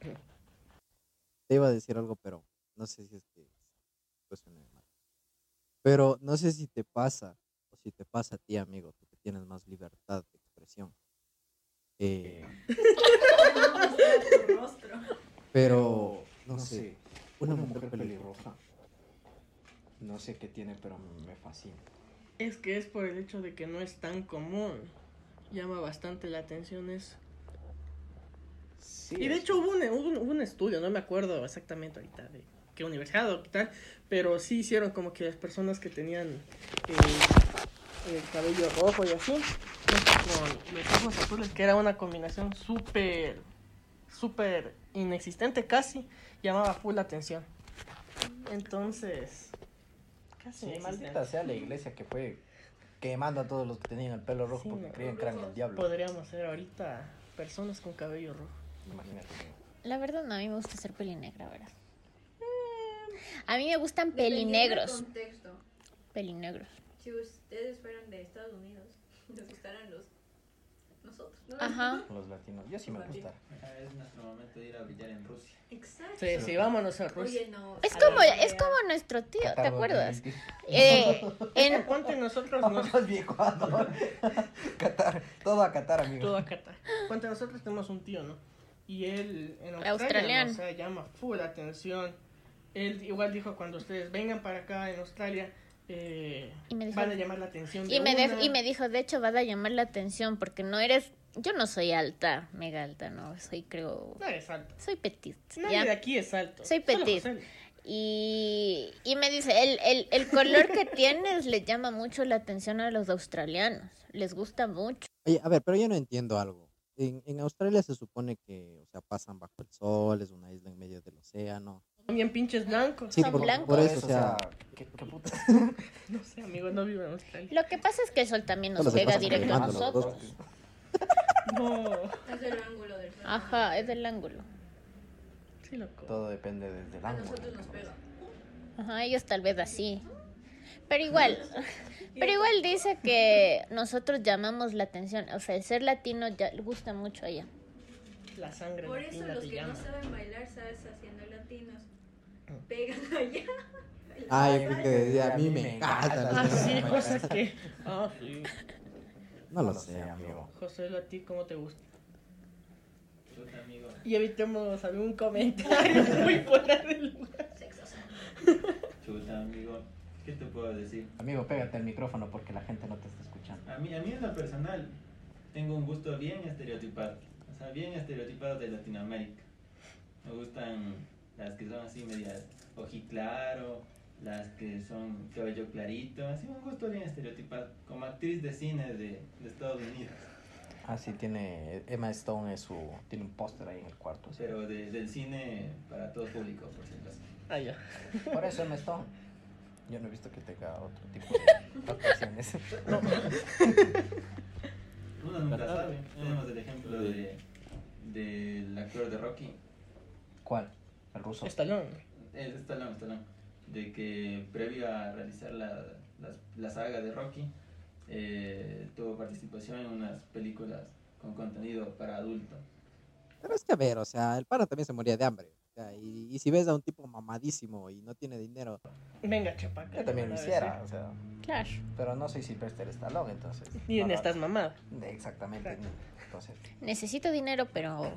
S4: te iba a decir algo, pero no sé si es que pues, suene mal. Pero no sé si te pasa, o si te pasa a ti, amigo, tú que tienes más libertad de expresión. Eh,
S3: Tu rostro.
S4: pero, no, sé,
S8: Una,
S4: una,
S8: mujer,
S4: mujer pelirroja.
S8: pelirroja. No sé qué tiene, pero me fascina.
S5: Es que es por el hecho de que no es tan común. Llama bastante la atención eso.
S8: Sí,
S5: Y de
S8: es-
S5: hecho hubo un, hubo un- hubo un estudio, no me acuerdo exactamente ahorita de qué universidad o qué tal, pero sí hicieron como que las personas que tenían eh, el cabello rojo y así, con los ojos azules, que era una combinación súper, súper inexistente casi, llamaba full la atención. Entonces, casi
S8: sí,
S5: inexistente.
S8: maldita sea la iglesia que fue quemando a todos los que tenían el pelo rojo
S5: Sí,
S8: porque
S5: no.
S8: creían que eran el diablo.
S5: Podríamos ser ahorita personas con cabello rojo.
S8: Imagínate.
S7: La verdad no, a mí me gusta ser pelinegra, ¿verdad?
S3: Mm.
S7: A mí me gustan
S3: Dependiendo del
S7: pelinegros,
S3: contexto.
S7: pelinegros.
S3: Si ustedes fueran de Estados Unidos, les gustaran los nosotros. Ah, ¿no?
S7: Ajá.
S8: Los latinos. Yo sí me gustara.
S6: Ajá, Es nuestro momento de ir a brillar en Rusia.
S3: Exacto.
S5: Sí, sí, vámonos a
S6: Pues,
S5: Rusia.
S3: Oye, no.
S7: Es
S3: a
S7: como,
S3: la
S7: es
S3: idea.
S7: como nuestro tío, ¿te
S8: Catarro
S7: acuerdas?
S8: 2020.
S7: Eh, en,
S5: Ponte nosotros nos
S8: Vamos, viejo, vamos. Qatar, todo a Qatar, amigo.
S5: Todo a Qatar. Cuando nosotros tenemos un tío, ¿no? Y él en Australia,
S7: Australiano.
S5: ¿no? o sea, llama full la atención. Él igual dijo, cuando ustedes vengan para acá en Australia, eh,
S7: Y me dijo-
S5: van a llamar la atención de
S7: y, me dej-
S5: una.
S7: y me dijo, de hecho, vas a llamar la atención porque no eres... Yo no soy alta, mega alta, no, soy creo...
S5: Nadie es alto.
S7: Soy petit,
S5: Nadie de
S7: ¿ya?
S5: aquí es alto.
S7: Soy
S5: Solo
S7: petit.
S5: José.
S7: Y, y me dice, el, el, el color que tienes le llama mucho la atención a los australianos, les gusta mucho.
S4: Oye, a ver, pero yo no entiendo algo. En, en Australia se supone que, o sea, pasan bajo el sol, es una isla en medio del océano.
S5: Bien pinches blancos.
S4: Sí,
S7: Son
S4: por,
S7: blancos.
S4: por eso, o sea,
S8: ¿qué, qué puta?
S5: No sé, amigo, no vivo en Australia.
S7: Lo que pasa es que el sol también nos
S4: Solo se
S7: pega
S4: pasan
S7: directo a
S4: quemando los
S7: nosotros.
S4: dos.
S5: No.
S3: Es del ángulo del sol.
S7: Ajá, es del ángulo.
S5: Sí, loco.
S8: Todo depende del, del
S3: A
S8: ángulo.
S3: nosotros nos pega.
S7: Ajá, ellos tal vez así. Pero igual, pero igual dice que nosotros llamamos la atención. O sea, el ser latino ya le gusta mucho a ella.
S5: La sangre.
S3: Por eso
S5: latina
S3: los
S5: te
S3: que
S5: llama.
S3: no saben bailar sabes haciendo latinos pegan allá.
S4: Ah, yo creo que decía, a mí me encantan
S5: Ah,
S4: las cosas
S5: sí,
S4: que me
S5: cosa
S4: encantan.
S5: que. Ah, sí.
S4: No lo sé, amigo.
S5: José, ¿a ti cómo te gusta?
S6: Chuta, amigo.
S5: Y evitemos algún comentario muy fuera del lugar.
S6: Chuta, amigo. ¿Qué te puedo decir?
S8: Amigo, pégate el micrófono porque la gente no te está escuchando.
S6: A mí, a mí en lo personal, tengo un gusto bien estereotipado. O sea, bien estereotipado de Latinoamérica. Me gustan las que son así medias ojiclaro, las que son cabello clarito. Así un gusto bien estereotipado. Como actriz de cine de, de Estados Unidos.
S8: Ah, sí, tiene. Emma Stone es su. Tiene un póster ahí en el cuarto. sí.
S6: Pero de- del cine para todo público, por si acaso.
S5: Ah, ya.
S8: Por eso Emma Stone. Yo no he visto que tenga otro tipo de actuaciones.
S6: Uno nunca sabe. Tenemos el ejemplo de del actor de Rocky,
S8: ¿Cuál? El ruso.
S5: Estalón.
S6: el Stallone, Stallone, de que previo a realizar la, las- la saga de Rocky, eh, tuvo participación en unas películas con contenido para adulto.
S4: Pero es que a ver, o sea, el pana también se moría de hambre. O sea, y, y si ves a un tipo mamadísimo y no tiene dinero,
S5: Venga, chapaca.
S8: Yo también lo
S5: Una vez,
S8: hiciera,
S5: ¿eh?
S8: o sea.
S7: Claro.
S8: Pero no soy Sylvester Stallone, entonces.
S5: Y
S8: no
S5: en
S8: lo
S5: estas
S8: hago.
S5: mamadas.
S8: Exactamente. Entonces.
S7: Necesito dinero, pero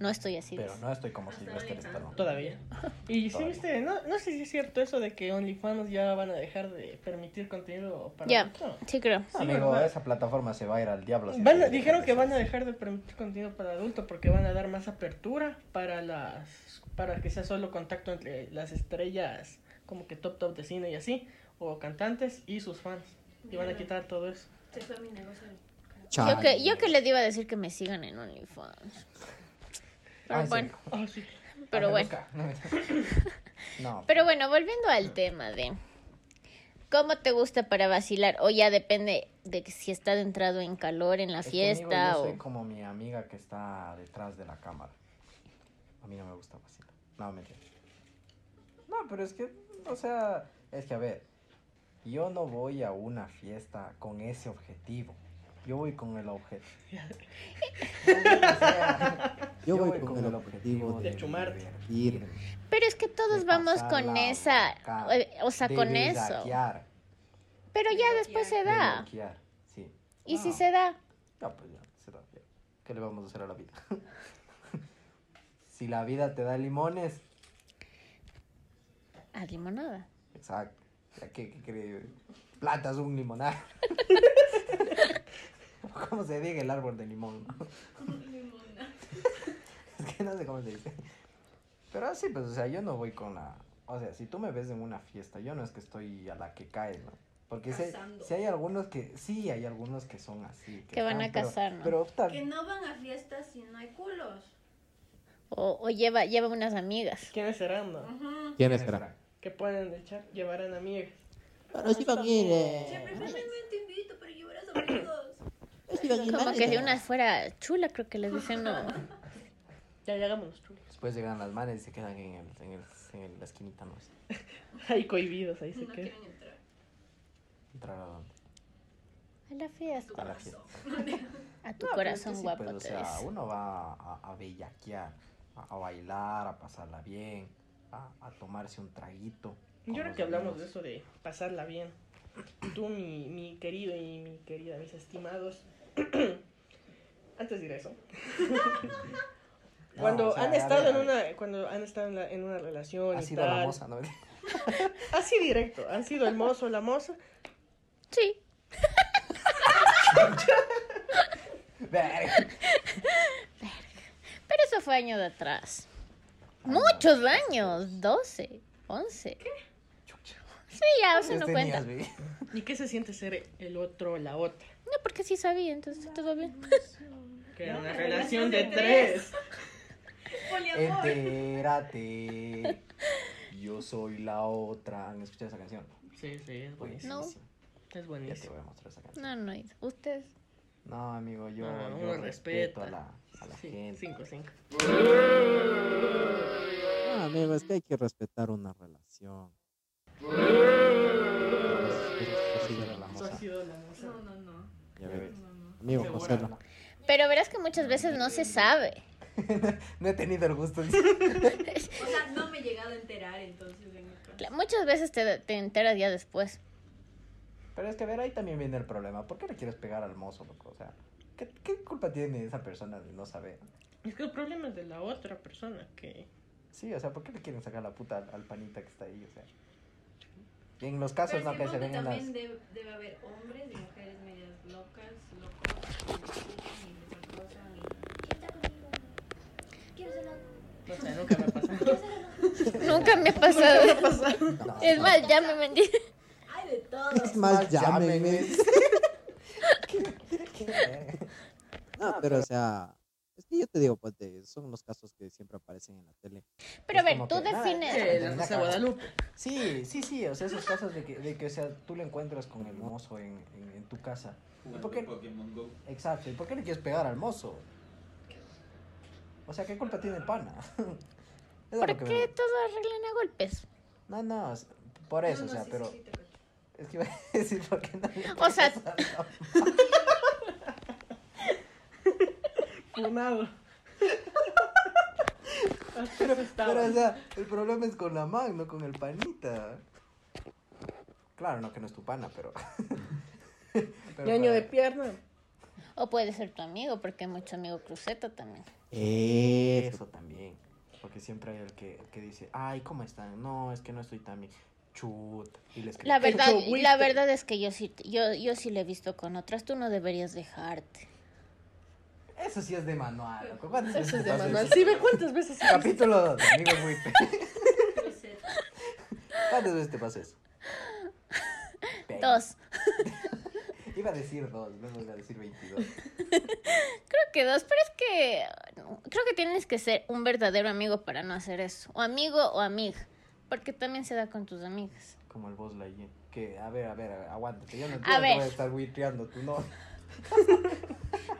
S7: no estoy así.
S8: Pero no estoy como
S3: Hasta
S8: Sylvester
S3: ahorita.
S8: Stallone.
S5: Todavía. Y sí,
S8: Todavía.
S5: viste, no, no sé si es cierto eso de que OnlyFans ya van a dejar de permitir contenido para
S7: Ya.
S5: adulto.
S7: Sí, creo.
S5: Sí,
S8: Amigo,
S5: ¿verdad?
S8: esa plataforma se va a ir al diablo. si
S5: Van a-
S8: no te
S5: dijeron
S8: dejan
S5: que van a
S8: hacer. Ah,
S5: dejar de permitir contenido para adulto porque van a dar más apertura para las para que sea solo contacto entre las estrellas como que top top de cine y así o cantantes y sus fans y van a quitar todo eso.
S3: Se fue mi negocio.
S7: Yo
S4: chale.
S7: que, yo que les iba a decir que me sigan en OnlyFans. Pero
S8: Ah, ¿en
S7: bueno,
S8: serio?
S5: Ah, sí.
S7: pero
S8: Ah,
S7: bueno.
S8: me busca. No.
S7: Pero bueno, volviendo al tema de cómo te gusta para vacilar, o ya depende de que si está entrado en calor en la
S8: es que,
S7: fiesta
S8: amigo, yo
S7: o...
S8: soy como mi amiga que está detrás de la cámara. A mí no me gusta vacilar. No, mentira. No, pero es que, o sea, es que a ver, yo no voy a una fiesta con ese objetivo. Yo voy con el objeto.
S4: Yo voy con el objetivo
S5: de chumarte.
S4: ir.
S7: Pero es que todos
S8: de
S7: vamos
S8: pasarla
S7: con esa,
S8: acá,
S7: eh, o sea,
S8: de
S7: con eso.
S8: bellaquear,
S7: Pero ya
S3: De
S7: después se
S8: de
S7: da.
S8: bellaquear, Sí.
S7: Y si
S8: No.
S7: se da,
S8: No, pues ya, será ya. ¿Qué le vamos a hacer a la vida? si la vida te da limones,
S7: haz limonada.
S8: exacto. ¿Ya qué, qué cree? Plantas un limonar. ¿Cómo se diga el árbol de limón? no? es que no sé cómo se dice. Pero así, pues, o sea, yo no voy con la... O sea, si tú me ves en una fiesta, yo no es que estoy a la que cae, ¿no? Porque si,
S3: Cazando.
S8: si hay algunos que... Sí, hay algunos que son así.
S7: Que van
S8: están,
S7: a
S8: pero-
S7: cazar, ¿no?
S8: Pero, tal-
S3: Que no van a fiestas si no hay culos.
S7: O, o lleva, lleva unas amigas.
S5: ¿Quiénes serán? no?
S3: Ajá.
S4: ¿Quiénes serán?
S5: Que pueden echar llevarán amigas.
S4: Pero sí van a ir.
S3: Se
S4: eh.
S3: preferentemente invito para llevar a amigos.
S4: Sí van a ir,
S7: Como
S4: van a
S7: que si
S4: ir.
S7: una fuera chula, creo que les dicen no.
S5: Ya llegamos los chulos.
S8: Después llegan las manes y se quedan en, el, en, el- en el- la esquinita, no sé.
S5: Ahí cohibidos, ahí se
S3: No
S5: quedan.
S3: quieren entrar.
S8: Entrar a dónde?
S7: A la fiesta.
S8: A la fiesta.
S7: A tu
S8: No, pero es que
S7: corazón
S8: sí,
S7: guapo
S8: pues, o
S7: te
S8: sea,
S7: dice.
S8: uno va a, a bellaquear, a, a bailar, a pasarla bien, a, a tomarse un traguito. con
S5: Yo creo
S8: los
S5: que hablamos
S8: amigos.
S5: de eso de pasarla bien. Tú, mi, mi querido y mi querida, mis estimados. Antes de ir a eso.
S8: No,
S5: cuando
S8: o sea,
S5: han
S8: a
S5: estado
S8: ver,
S5: en
S8: a ver.
S5: una cuando han estado en, la- en una relación
S8: Ha
S5: y
S8: sido
S5: tal.
S8: la moza, ¿no?
S5: Así directo, han sido el mozo, la moza.
S7: Sí.
S8: Verga.
S7: Pero eso fue años de atrás. Muchos años. 12, 11. Sí, ya, eso
S8: Este,
S7: no cuenta.
S8: Tenías, güey.
S5: ¿Y qué se siente ser el otro o la otra?
S7: No, porque sí sabía, entonces todo bien.
S5: Que era una relación de tres.
S3: Poliamor.
S8: Entérate. Yo soy la otra. ¿Han escuchado esa canción?
S5: Sí, sí, es buenísimo.
S7: No.
S8: Buenísima.
S5: Pues, Es
S8: Ya te
S5: buenísimo.
S8: voy a mostrar esa canción.
S7: No, no, ustedes.
S8: No, amigo, yo,
S5: No,
S8: yo
S5: uno
S8: respeto
S5: respeta.
S8: a la, a la
S5: Sí,
S8: gente.
S5: cinco, cinco.
S4: No, Ah, amigo, es que hay que respetar una relación.
S8: Sí, era la
S5: Eso
S8: moza.
S5: ha sido la moza.
S3: No, no, no.
S4: Ya ves.
S3: no, no.
S4: Amigo,
S5: Segura.
S4: Joselo.
S7: Pero verás que muchas veces no se sabe.
S8: No he tenido el gusto.
S3: O sea, no me he llegado a enterar entonces en el caso.
S7: Cla- Muchas veces te, te enteras ya después.
S8: Pero es que, a ver, ahí también viene el problema. ¿Por qué le quieres pegar al mozo, loco? O sea, ¿qué, qué culpa tiene esa persona de no saber?
S5: Es que el problema es de la otra persona que.
S8: Sí, o sea, ¿por qué le quieren sacar la puta al, al panita que está ahí? O sea, en los casos,
S3: Pero
S8: ¿no? Que se
S3: supongo
S8: ven
S3: que
S8: en las...
S3: también debe, debe haber hombres y mujeres medias locas, locos, y les acosan, y-
S5: No sé, nunca me ha pasado.
S7: Nunca me ha pasado.
S8: No,
S7: Es más, ya me mentí.
S3: Hay de todo.
S4: Es más, llámenme. No, pero o sea, es que yo te digo, ponte, son los casos que siempre aparecen en la tele.
S7: Pero a
S8: Es
S7: ver,
S8: como
S7: tú
S8: que, nada,
S7: defines.
S5: Eh, la Rosa de Guadalupe.
S8: Sí, sí, sí, o sea, esos casos de que, de que o sea, tú le encuentras con el mozo en, en, en tu casa. ¿Y
S6: Jugando
S8: por qué?
S6: Pokémon Go.
S8: Exacto, ¿y por qué le quieres pegar al mozo? O sea, ¿qué culpa tiene el pana? Es a lo
S7: ¿Por
S8: que me-
S7: qué todo arreglan a golpes?
S8: No, no, o sea, por eso,
S3: No, no,
S8: o sea,
S3: sí,
S8: pero...
S3: sí, sí, te cacho.
S8: Es que iba a decir, ¿por qué no le
S7: O sea-
S8: pegas al mozo?
S5: Funado.
S8: Pero,
S5: estaba.
S8: pero, o sea, el problema es con la man, no con el panita. Claro, no que no es tu pana, pero. pero
S5: Ñaño de
S8: para-
S5: pierna.
S7: O puede ser tu amigo, porque hay mucho amigo cruceta también.
S8: Eso también. Porque siempre hay el que, el que dice, ay, ¿cómo están? No, es que no estoy tan bien. Chut. Y les
S7: La verdad,
S5: Chucho,
S7: la
S5: güite.
S7: verdad es que yo sí, yo, yo sí le he visto con otras. Tú no deberías dejarte.
S8: Eso sí es de manual. loco. ¿Cuántas
S5: Eso
S8: veces
S5: es de
S8: pasa
S5: manual.
S8: eso?
S5: Sí, ve cuántas veces.
S8: Capítulo 2, amigos muy
S3: Cruceta.
S8: ¿Cuántas veces te pasa eso?
S7: Dos.
S8: Iba a decir dos, luego iba a decir 22.
S7: Creo que dos, pero es que no, creo que tienes que ser un verdadero amigo para no hacer eso. O amigo o amiga. Porque también se da con tus amigas.
S8: Como el Buzz Lightyear. Que, a ver, a ver, a ver, aguántate. Yo no, yo
S7: A
S8: no te
S7: ver.
S8: voy a estar buitreando, tú no.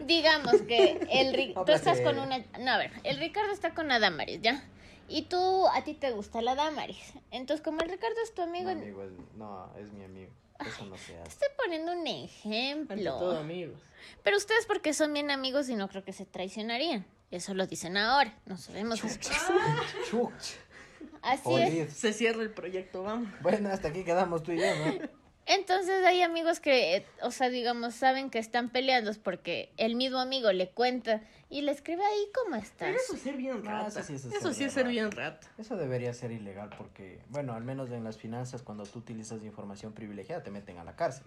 S7: Digamos que el Ri-
S8: No,
S7: tú estás
S8: placer.
S7: con una. No, a ver, el Ricardo está con la Damaris, ¿ya? Y tú, a ti te gusta la Damaris. Entonces, como el Ricardo es tu
S8: Mi
S7: amigo,
S8: amigo es, no, es mi amigo. Eso no se hace.
S7: estoy poniendo un
S5: Ante todo,
S7: ejemplo.
S5: amigos.
S7: Pero ustedes, porque son bien amigos y no creo que se traicionarían. Eso lo dicen ahora. No sabemos.
S8: Chuch.
S7: Así es.
S8: Jodido.
S5: Se cierra el proyecto, vamos.
S8: Bueno, hasta aquí quedamos tú y yo, ¿no?
S7: Entonces hay amigos que, eh, o sea, digamos, saben que están peleados porque el mismo amigo le cuenta y le escribe ahí cómo
S5: Pero
S7: estás.
S5: eso es ser bien
S8: No,
S5: rata.
S8: eso Ah, sí es
S5: eso
S8: ser
S5: sí es
S8: bien
S5: ser bien rata.
S8: Eso debería ser ilegal porque, bueno, al menos en las finanzas, cuando tú utilizas información privilegiada, te meten a la cárcel.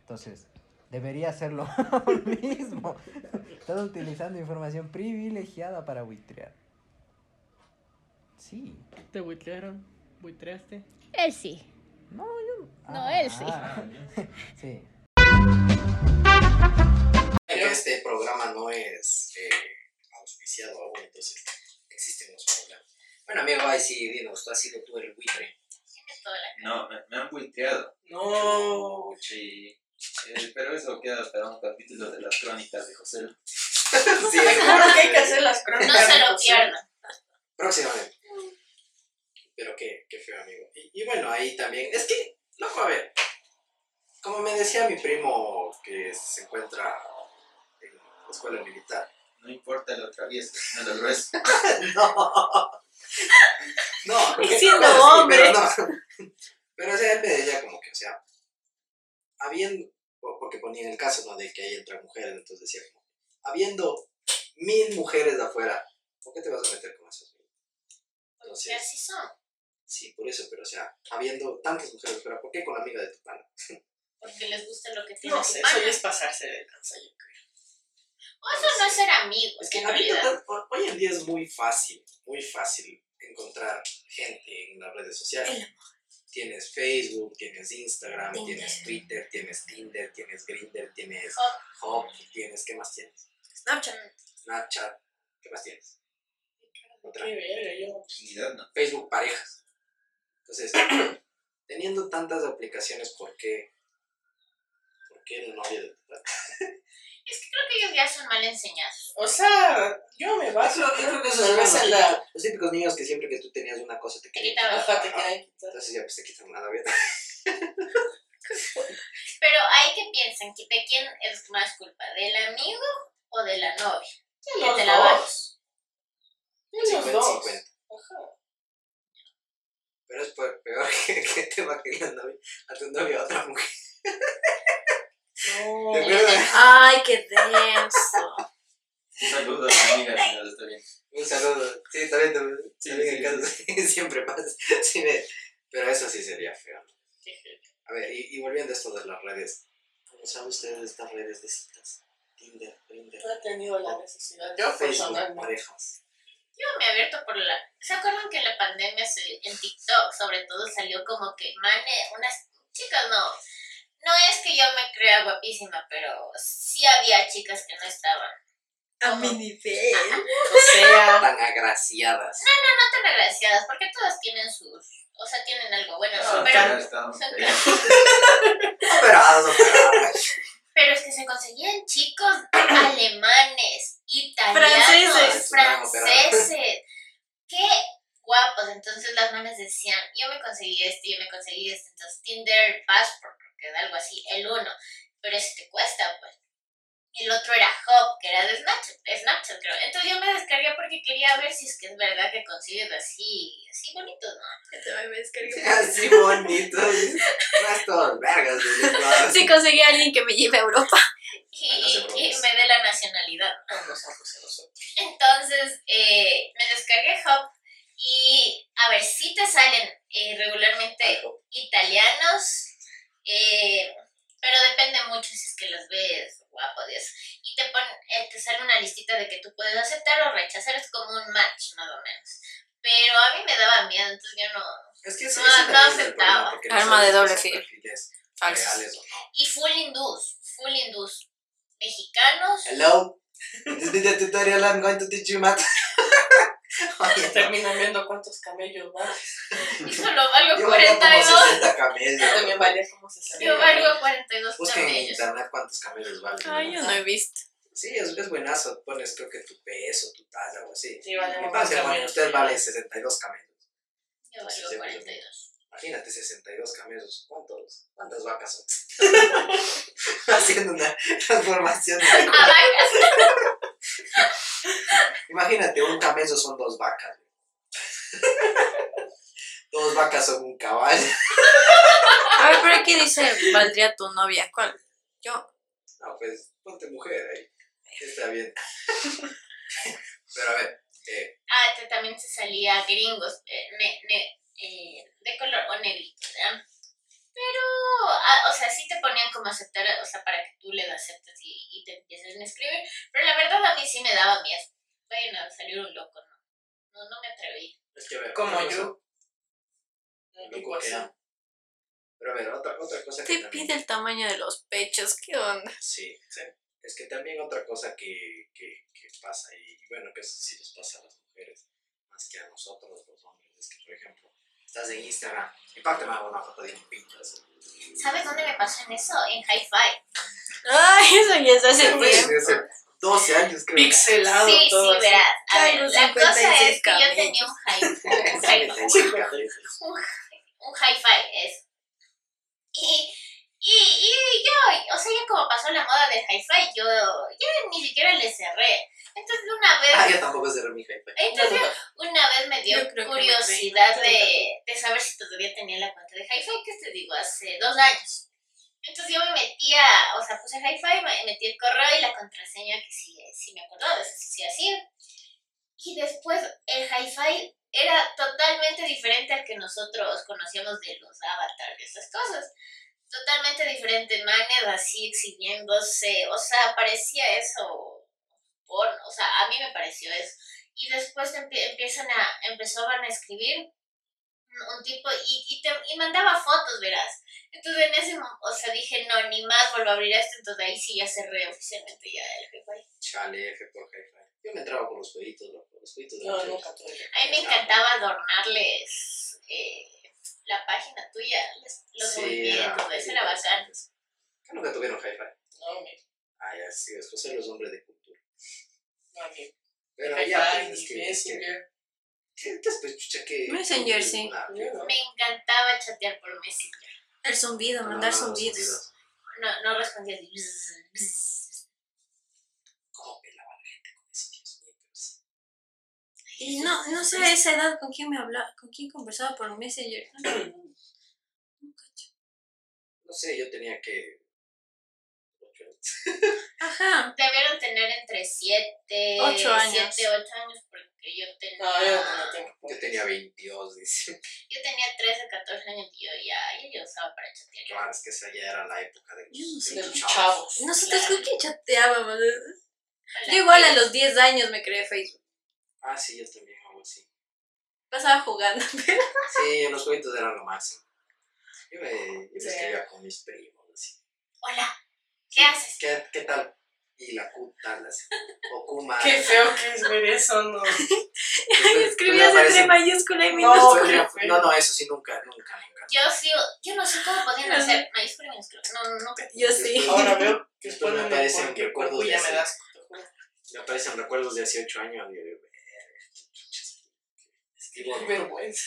S8: Entonces, debería ser lo mismo. Estás utilizando información privilegiada para buitrear. Sí.
S5: Te buitrearon, buitreaste.
S7: Él sí.
S8: No, yo.
S7: No, él sí.
S8: ah, sí.
S9: Este programa no es eh, auspiciado aún, entonces existen los problemas. Bueno, amigo, ahí sí, dinos, tú has sido tú el buitre.
S6: No, me, me han puiteado.
S5: No.
S6: Sí. Eh, pero eso queda para un capítulo de las crónicas de José.
S9: Sí,
S2: Seguro que hay que hacer las crónicas. de José.
S9: Próximamente. Pero qué, qué feo, amigo. Y, y bueno, ahí también. Es que, loco, a ver. Como me decía mi primo que se encuentra en la escuela militar.
S6: No importa lo travieso, no lo grueso.
S9: No. No.
S2: Y
S9: qué
S2: siendo
S9: cosas, sí,
S2: hombre.
S9: Pero, no. Pero, o sea, él me decía como que, o sea, habiendo, po- porque ponía el caso, ¿no? De que ahí entran mujeres, entonces decía como, habiendo mil mujeres de afuera, ¿por qué te vas a meter con esas mil? Entonces,
S7: son.
S9: sí, por eso, pero, o sea, habiendo tantas mujeres de afuera, ¿por qué con la amiga de tu pana?
S7: Porque les gusta lo que
S2: No sé, eso ya es pasarse de lanza, yo creo.
S7: eso no es ser amigos.
S9: Es que habiendo tan- ho- hoy en día es muy fácil, muy fácil encontrar gente en
S4: las redes sociales. Tienes Facebook, tienes Instagram,
S7: Tinder.
S4: tienes Twitter, tienes Tinder, tienes Grindr, tienes Hop, tienes, ¿qué más tienes?
S7: Oh. Snapchat.
S4: Snapchat, ¿qué más tienes? Otra.
S5: Qué verga, yo.
S10: Ni idea, no.
S4: Facebook parejas. Entonces, teniendo tantas aplicaciones, ¿por qué? ¿Por qué el novio de tu pareja?
S7: Es que creo que ellos ya son mal enseñados.
S5: O sea, yo me baso.
S4: Yo creo que eso se
S5: me
S4: basa
S5: basa
S4: en
S5: en la.
S4: la- Los típicos niños que siempre que tú tenías una cosa te
S7: Te
S4: querían
S7: quitaban.
S5: Ajá, te
S4: Ajá.
S5: quieren quitar.
S4: Entonces ya pues te quitan una novia.
S7: Pero hay que piensen que de quién es más culpa, del amigo o de la novia.
S5: De
S7: Que
S5: los
S7: te la
S5: dos.
S7: bajes.
S5: De los
S4: 50,
S5: dos.
S4: 50.
S5: Ajá.
S4: Pero es pe- peor que, que te bajen la novia, a tu novia a otra mujer.
S5: No.
S4: ¿Te acuerdas?
S7: Ay, qué denso.
S10: Un saludo a mi amiga, si no lo está bien.
S4: Un saludo. Sí, también, también,
S10: Sí,
S4: también
S10: sí,
S4: en casa siempre pasa. Sí, me- Pero eso sí sería feo. A ver, y, y volviendo a esto de las redes. ¿Cómo saben ustedes de estas redes de citas? Tinder, Grindr,
S5: No he tenido la necesidad. Yo
S4: Facebook,
S5: personalmente.
S4: parejas.
S7: Yo me he abierto por la... ¿Se acuerdan que en la pandemia se- en TikTok sobre todo salió como que mane unas chicas no? No es que yo me crea guapísima, pero sí había chicas que no estaban.
S6: A mi nivel.
S5: O sea.
S4: Tan agraciadas.
S7: No tan agraciadas, porque todas tienen sus... O sea, tienen algo bueno,
S5: Ah,
S7: pero,
S10: Ya está,
S7: son-
S10: ya.
S4: Operadas, operadas.
S7: pero es que se conseguían chicos alemanes, italianos,
S6: Franceses.
S7: franceses. ¡Qué guapos! Entonces las manes decían, yo me conseguí este, yo me conseguí este. Entonces Tinder Passport, que era algo así, el uno. Pero eso te cuesta, pues. El otro era Hop, que era de Snapchat, Snapchat creo. Entonces yo me descargué porque quería ver si es que es verdad que consigues así, así bonito, ¿no?
S6: Que te me descargué.
S4: Así bonito. No es todo vergas. ¿no?
S6: Si conseguí a alguien que me lleve a Europa.
S4: Ay, no se
S7: Y, y
S4: preocupes.
S7: me dé la nacionalidad.
S5: No, no son pues, no son.
S7: Entonces, eh, me descargué Hop y a ver, si te salen eh, regularmente italianos, eh, pero depende mucho si es que los ves guapo, Dios. Y te, pon, eh, te sale una listita de que tú puedes aceptar o rechazar, es como un match más o menos. Pero a mí me daba miedo, entonces yo no...
S4: Es que eso,
S7: No,
S4: eso
S7: no
S4: también es el
S7: aceptaba.
S4: problema, porque no
S6: Arma
S4: sabes
S6: de
S4: si
S6: doble
S4: son
S6: filo.
S4: perfiles
S6: Falso.
S4: reales o no.
S7: Y full hindús, full hindús. Mexicanos.
S4: Hello. This is the tutorial I'm going to teach you math. Oye,
S5: Terminan viendo cuántos camellos van.
S7: Y solo valgo
S4: yo valía como
S7: 42.
S4: 60
S5: Yo también
S4: camellos.
S5: valía como 60.
S7: Yo valgo 42
S4: Busca en
S7: camellos.
S4: internet cuántos camellos valen.
S6: Ay, yo no he visto.
S4: Sí, es, es buenazo. Pones creo que tu peso, tu talla o así.
S5: Sí, valemos
S4: Mi padre,
S5: más
S4: hermano,
S5: camellos.
S4: usted vale 62 camellos.
S7: Yo valgo 42.
S4: Imagínate 62 camellos. ¿Cuántos? ¿Cuántas vacas son? Haciendo una transformación. de-
S7: A vacas.
S4: Imagínate, un camello son dos vacas. dos vacas son un caballo.
S6: A ver, pero aquí dice, valdría tu novia. ¿Cuál? Yo.
S4: No, pues ponte mujer ahí. Está bien. Pero a ver, eh,
S7: Ah, te- también se salía gringos eh, ne- ne- eh, de color o negrito, ¿verdad? Pero, ah, o sea, sí te ponían como aceptar, o sea, para que tú le aceptes y, y te empiecen a escribir. Pero la verdad a mí sí me daba miedo. Bueno, salir un loco, ¿no? No, no me atreví.
S4: es que a ver,
S5: Como
S4: otra cosa,
S5: yo.
S4: lo que era. Pero a ver, otra, otra cosa que
S6: Te
S4: también,
S6: pide el tamaño de los pechos. ¿Qué onda?
S4: sí, sí. es que también otra cosa que, que, que pasa, y bueno, que eso sí les pasa a las mujeres, más que a nosotros los hombres, es que, por ejemplo, estás en Instagram, y parte me hago una foto de un pinche así.
S7: ¿Sabes dónde me pasó en eso? En Hi-Fi.
S6: Ay, eso ya es hace tiempo.
S4: Desde hace 12 años creo.
S5: Pixelado
S7: sí,
S5: todo.
S7: sí, verás. A
S6: Ay,
S7: ver,
S6: los
S7: la cosa
S6: 56
S7: es que yo
S6: camellos.
S7: tenía un hi- un hi-fi. un, hi- un hi-fi es. Y, y, y yo, o sea, ya como pasó la moda del hi-fi, yo ya ni siquiera le cerré. Entonces una vez,
S4: Ah, yo tampoco cerré mi jefe.
S7: entonces una vez me dio
S6: Yo creo que me
S7: curiosidad de, de saber si todavía tenía la cuenta de hi-fi, que te digo, hace dos años. Entonces yo me metía, o sea, puse hi-fi, me metí el correo y la contraseña que sí, sí me acordaba, de sí hacía. Y después el hi-fi era totalmente diferente al que nosotros conocíamos de los avatars y esas cosas. Totalmente diferente, manes así exhibiéndose, o sea, parecía eso porno, o sea, a mí me pareció eso. Y después empie- empiezan a, empezaban a escribir un tipo y, y, te, y mandaba fotos, verás. Entonces en ese momento, o sea, dije, no, ni más vuelvo a abrir esto, entonces ahí sí ya cerré oficialmente ya el jefe.
S4: Chale, F por jefe. Yo me entraba con los jueguitos, loco, los jueguitos de
S5: No,
S4: mujeres.
S5: nunca tuve.
S7: A mí me encantaba adornarles eh, la página tuya, les- los
S4: Sí,
S7: movimientos,
S4: era-
S7: eso era bacán.
S4: ¿Qué nunca tuvieron hi-fi?
S5: No, mi,
S4: Ah, ya, sí, después son los hombres de cultura.
S5: no, mi.
S4: Pero
S5: Hi-Fi,
S4: ya,
S5: ni
S4: pues, es que, es que,
S5: Messenger.
S4: ¿qué antes, pues, chucha, que...
S9: Messenger, sí.
S4: Ah,
S5: No,
S7: Me encantaba chatear por Messenger.
S9: El Ah, zumbido,
S4: no,
S9: mandar
S4: no, no,
S9: zumbidos.
S4: zumbidos.
S7: No, no respondía así. bzz, bzz.
S4: ¿Cómo pelaba la gente con ese Dios mío? Pero sí.
S9: Y no, no sé a esa edad con quién me hablaba, con quién conversaba por Messenger. No, no, no. No cacho.
S4: No sé, yo tenía que... ocho años.
S9: Ajá.
S7: Debieron tener entre 7
S9: Ocho años.
S7: 7, 8 años porque yo tenía,
S5: No, yo no tengo.
S4: Yo tenía 22, dice.
S7: yo tenía 13, 14 años y yo ya, yo ya usaba para chatear.
S4: Claro, es que esa ya era la época de
S9: Yo no
S4: los,
S9: sé.
S4: de los chavos.
S5: Chavos.
S9: Nosotros con quién chateábamos.
S7: Hola.
S9: Yo igual a los 10 años me creé Facebook.
S4: Ah, sí, yo también hago así.
S9: Pasaba jugando.
S4: Sí, los jueguitos eran lo máximo. Yo me, yo me
S5: Sí.
S4: escribía con mis primos, así.
S7: Hola, ¿qué haces?
S4: ¿Qué, qué tal? Y la Q tal, así. O Q
S9: ah.
S4: más.
S5: Qué feo que es ver eso, no.
S4: Después-
S9: Escribías
S4: después
S9: entre
S4: aparece-
S9: mayúscula y
S5: No,
S4: No,
S9: minúscula.
S5: minúscula.
S4: yo- no, no, eso sí, nunca, nunca, nunca.
S7: Yo sí, yo no sé cómo podían hacer mayúscula y minúscula. No, nunca.
S9: Yo sí.
S5: Ahora veo que
S4: Después me
S5: ponen el
S4: aparecen
S5: por qué
S4: recuerdos
S5: cuerpo y ya
S4: de
S5: me
S4: ese.
S5: das. te juro.
S4: Me aparecen recuerdos de hace 8 años. digo, "Verga, Escribo
S5: Qué vergüenza.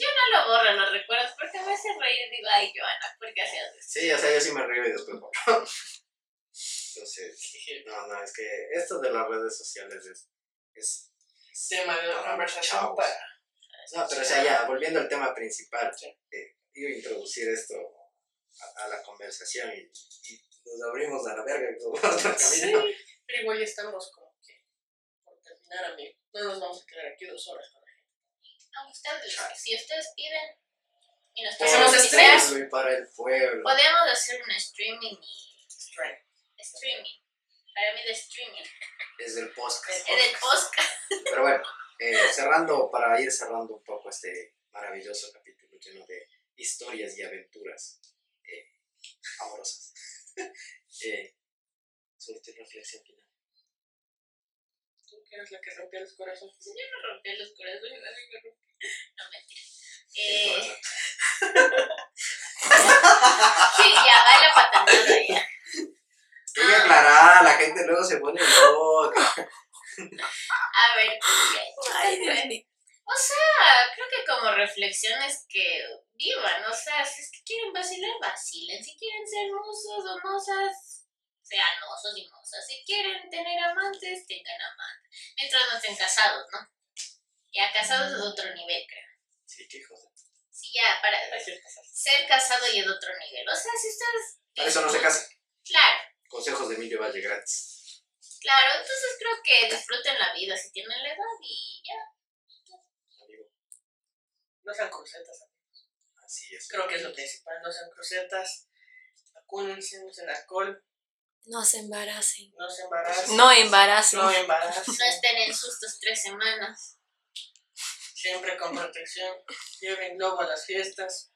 S7: No lo borro los recuerdos porque me hace reír y digo, ay, Joana, ¿por qué hacías eso?
S4: Sí, o sea, yo sí me río y después borro. Entonces, no, no, es que esto de las redes sociales es. es
S5: Tema de la
S4: para
S5: conversación
S4: chavos.
S5: para.
S4: No, pero o sea, ya, volviendo al tema principal,
S5: Sí.
S4: eh, iba a introducir esto a, a la conversación y, y nos abrimos a la verga y todo otro
S5: Sí,
S4: camino.
S5: pero igual ya estamos como que por terminar, amigo. No nos vamos a quedar aquí dos horas con la gente.
S7: A ustedes, si ustedes piden y nos
S4: Por
S5: Hacemos
S7: podemos
S4: el
S5: stream.
S7: stream,
S4: pueblo y para el pueblo.
S7: podemos hacer un streaming y
S5: Strength.
S7: streaming. Para mí de streaming. Eh,
S4: Es del podcast.
S7: Es del podcast.
S4: Pero bueno, eh, cerrando, para ir cerrando un poco este maravilloso capítulo lleno de historias y aventuras eh, amorosas. eh, sobre tu reflexión final.
S5: Tú que eres la que rompió los corazones.
S7: Yo no rompí los corazones, a mí me rompí. No, mentira.
S4: El
S7: Eh,
S4: corazón.
S7: sí, ya, da la patanada ya.
S4: Hay que aclarar, la gente luego se pone loca.
S7: Ah, A ver, ¿qué? eh?
S9: Ay, Dios mío.
S7: O sea, creo que como reflexiones que vivan, o sea, si es que quieren vacilar, vacilen, si quieren ser musos o mozas, sean mozos y mozas, si quieren tener amantes, tengan amantes, mientras no estén casados, ¿no? Ya casados es otro nivel, creo.
S4: Sí, qué hijos de-
S7: Sí, ya, para
S5: Hay ciertas cosas.
S7: ser casado y es otro nivel, o sea, si ustedes...
S4: Para eso no se casan.
S7: Claro.
S4: Consejos de Emilio Valle gratis.
S7: Claro, entonces creo que disfruten la vida si tienen la edad y ya.
S4: Amigo,
S5: No sean crucetas.
S4: así es.
S5: Creo que es lo principal. No sean crucetas. Vacúnense, usen alcohol.
S9: No se embaracen.
S5: No se embaracen.
S9: No embaracen.
S5: No embaracen.
S7: No estén en sustos tres semanas.
S5: Siempre con protección. Lleven globo a las fiestas.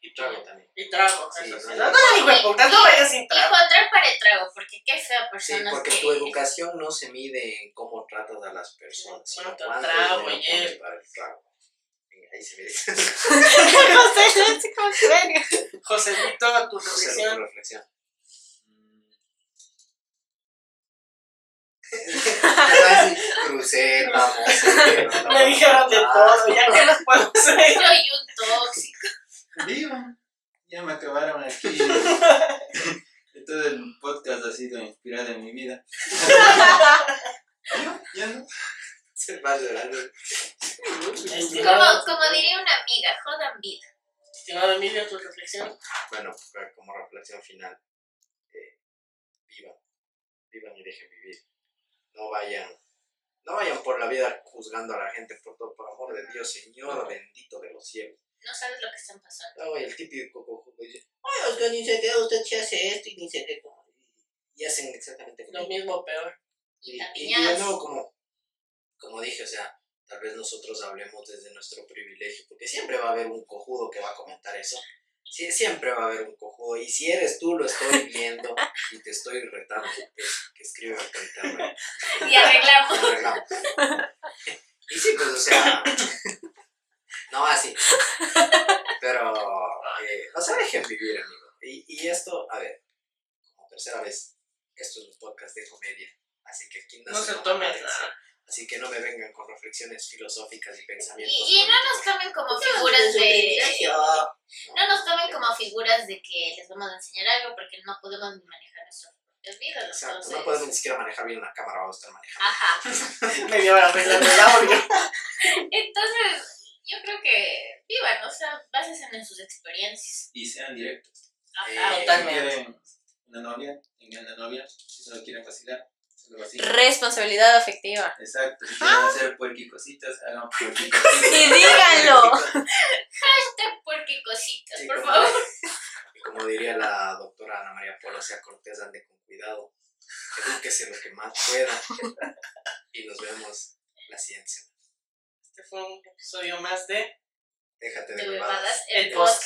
S4: Y trago también.
S5: Y trago.
S4: Sí,
S5: eso sí.
S4: no,
S5: No, no, hijo de puta, no vayas sin
S7: Y
S5: trago.
S7: encontrar para el trago, porque qué fea
S4: Sí,
S7: persona.
S4: porque tu educación no se mide en cómo tratas a las personas,
S5: Sí,
S4: sino
S5: cuánto
S4: cuánto
S5: trago
S4: dinero
S5: lleva.
S4: pones para el trago. Venga, Ahí se mide.
S5: Joselito, tu
S4: Hacer
S5: reflexión.
S4: una reflexión. Cruceta, mocetero, no,
S5: Me dijeron de
S4: ah,
S5: todo. Ya que los puedo hacer.
S7: Soy un tóxico.
S6: Viva. Ya me acabaron aquí. Y Todo el podcast ha sido inspirado en mi vida. Ya, ya no.
S4: Se va llorando.
S7: Como, como diría una amiga, jodan vida.
S5: Estimado Emilio, tu reflexión.
S4: Bueno, pero como reflexión final, eh, vivan, vivan y dejen vivir. No vayan, no vayan por la vida juzgando a la gente por todo, por amor de Dios, Señor bendito de los cielos.
S7: No sabes lo que están pasando.
S4: No, el típico cojudo dice, ay, Oscar, ni se queda, usted se hace esto y ni se queda. Y hacen exactamente
S5: Lo mismo, o peor.
S7: Y
S4: y, y de
S7: tapiñadas.
S4: nuevo, como, como dije, o sea, tal vez nosotros hablemos desde nuestro privilegio,
S9: siempre va a haber un cojudo que va a comentar eso. Sí, siempre va a haber un cojudo. Y si eres tú, lo estoy viendo y te estoy retando que, que escriba ahorita,
S11: Y arreglamos.
S9: lo arreglamos. Y sí, pues, o sea, no así. Pero, eh, o sea, dejen vivir, amigo. Y, y esto, a ver, como tercera vez, esto es un podcast de comedia. Así que aquí
S5: No se
S9: toma
S5: tomen
S9: nada en
S5: nada.
S9: serio. Así que no me vengan con reflexiones filosóficas y pensamientos.
S7: Y, y no nos
S9: políticos.
S7: tomen como figuras de... No nos tomen como
S9: Exacto,
S7: figuras de que les vamos a enseñar algo porque no podemos ni manejar nuestras propias vidas. entonces-
S9: no podemos ni siquiera manejar bien una cámara, vamos a estar manejando.
S7: Ajá.
S5: Media hora arreglando el audio.
S7: Entonces, yo creo que vivan, o sea, básense en sus experiencias.
S6: Y sean directos.
S7: Ajá.
S9: Eh,
S6: Si
S5: Totalmente.
S6: quieren una novia, tengan una novia. Si solo quieren vacilar, se lo vacilan.
S11: Responsabilidad afectiva.
S6: Exacto. Si quieren hacer puerquicositas, hagan puerquicositas.
S11: Y díganlo.
S7: Hashtag porque cositas,
S9: Sí,
S7: por
S9: como-
S7: favor.
S9: y como diría la doctora Ana María Polo, o sea, Cortés, ande con cuidado. Edúquese lo que más pueda. Y nos vemos la ciencia.
S5: Este fue un episodio más de
S9: Déjate de
S7: De
S9: huevadas.
S7: huevadas, el
S5: El podcast.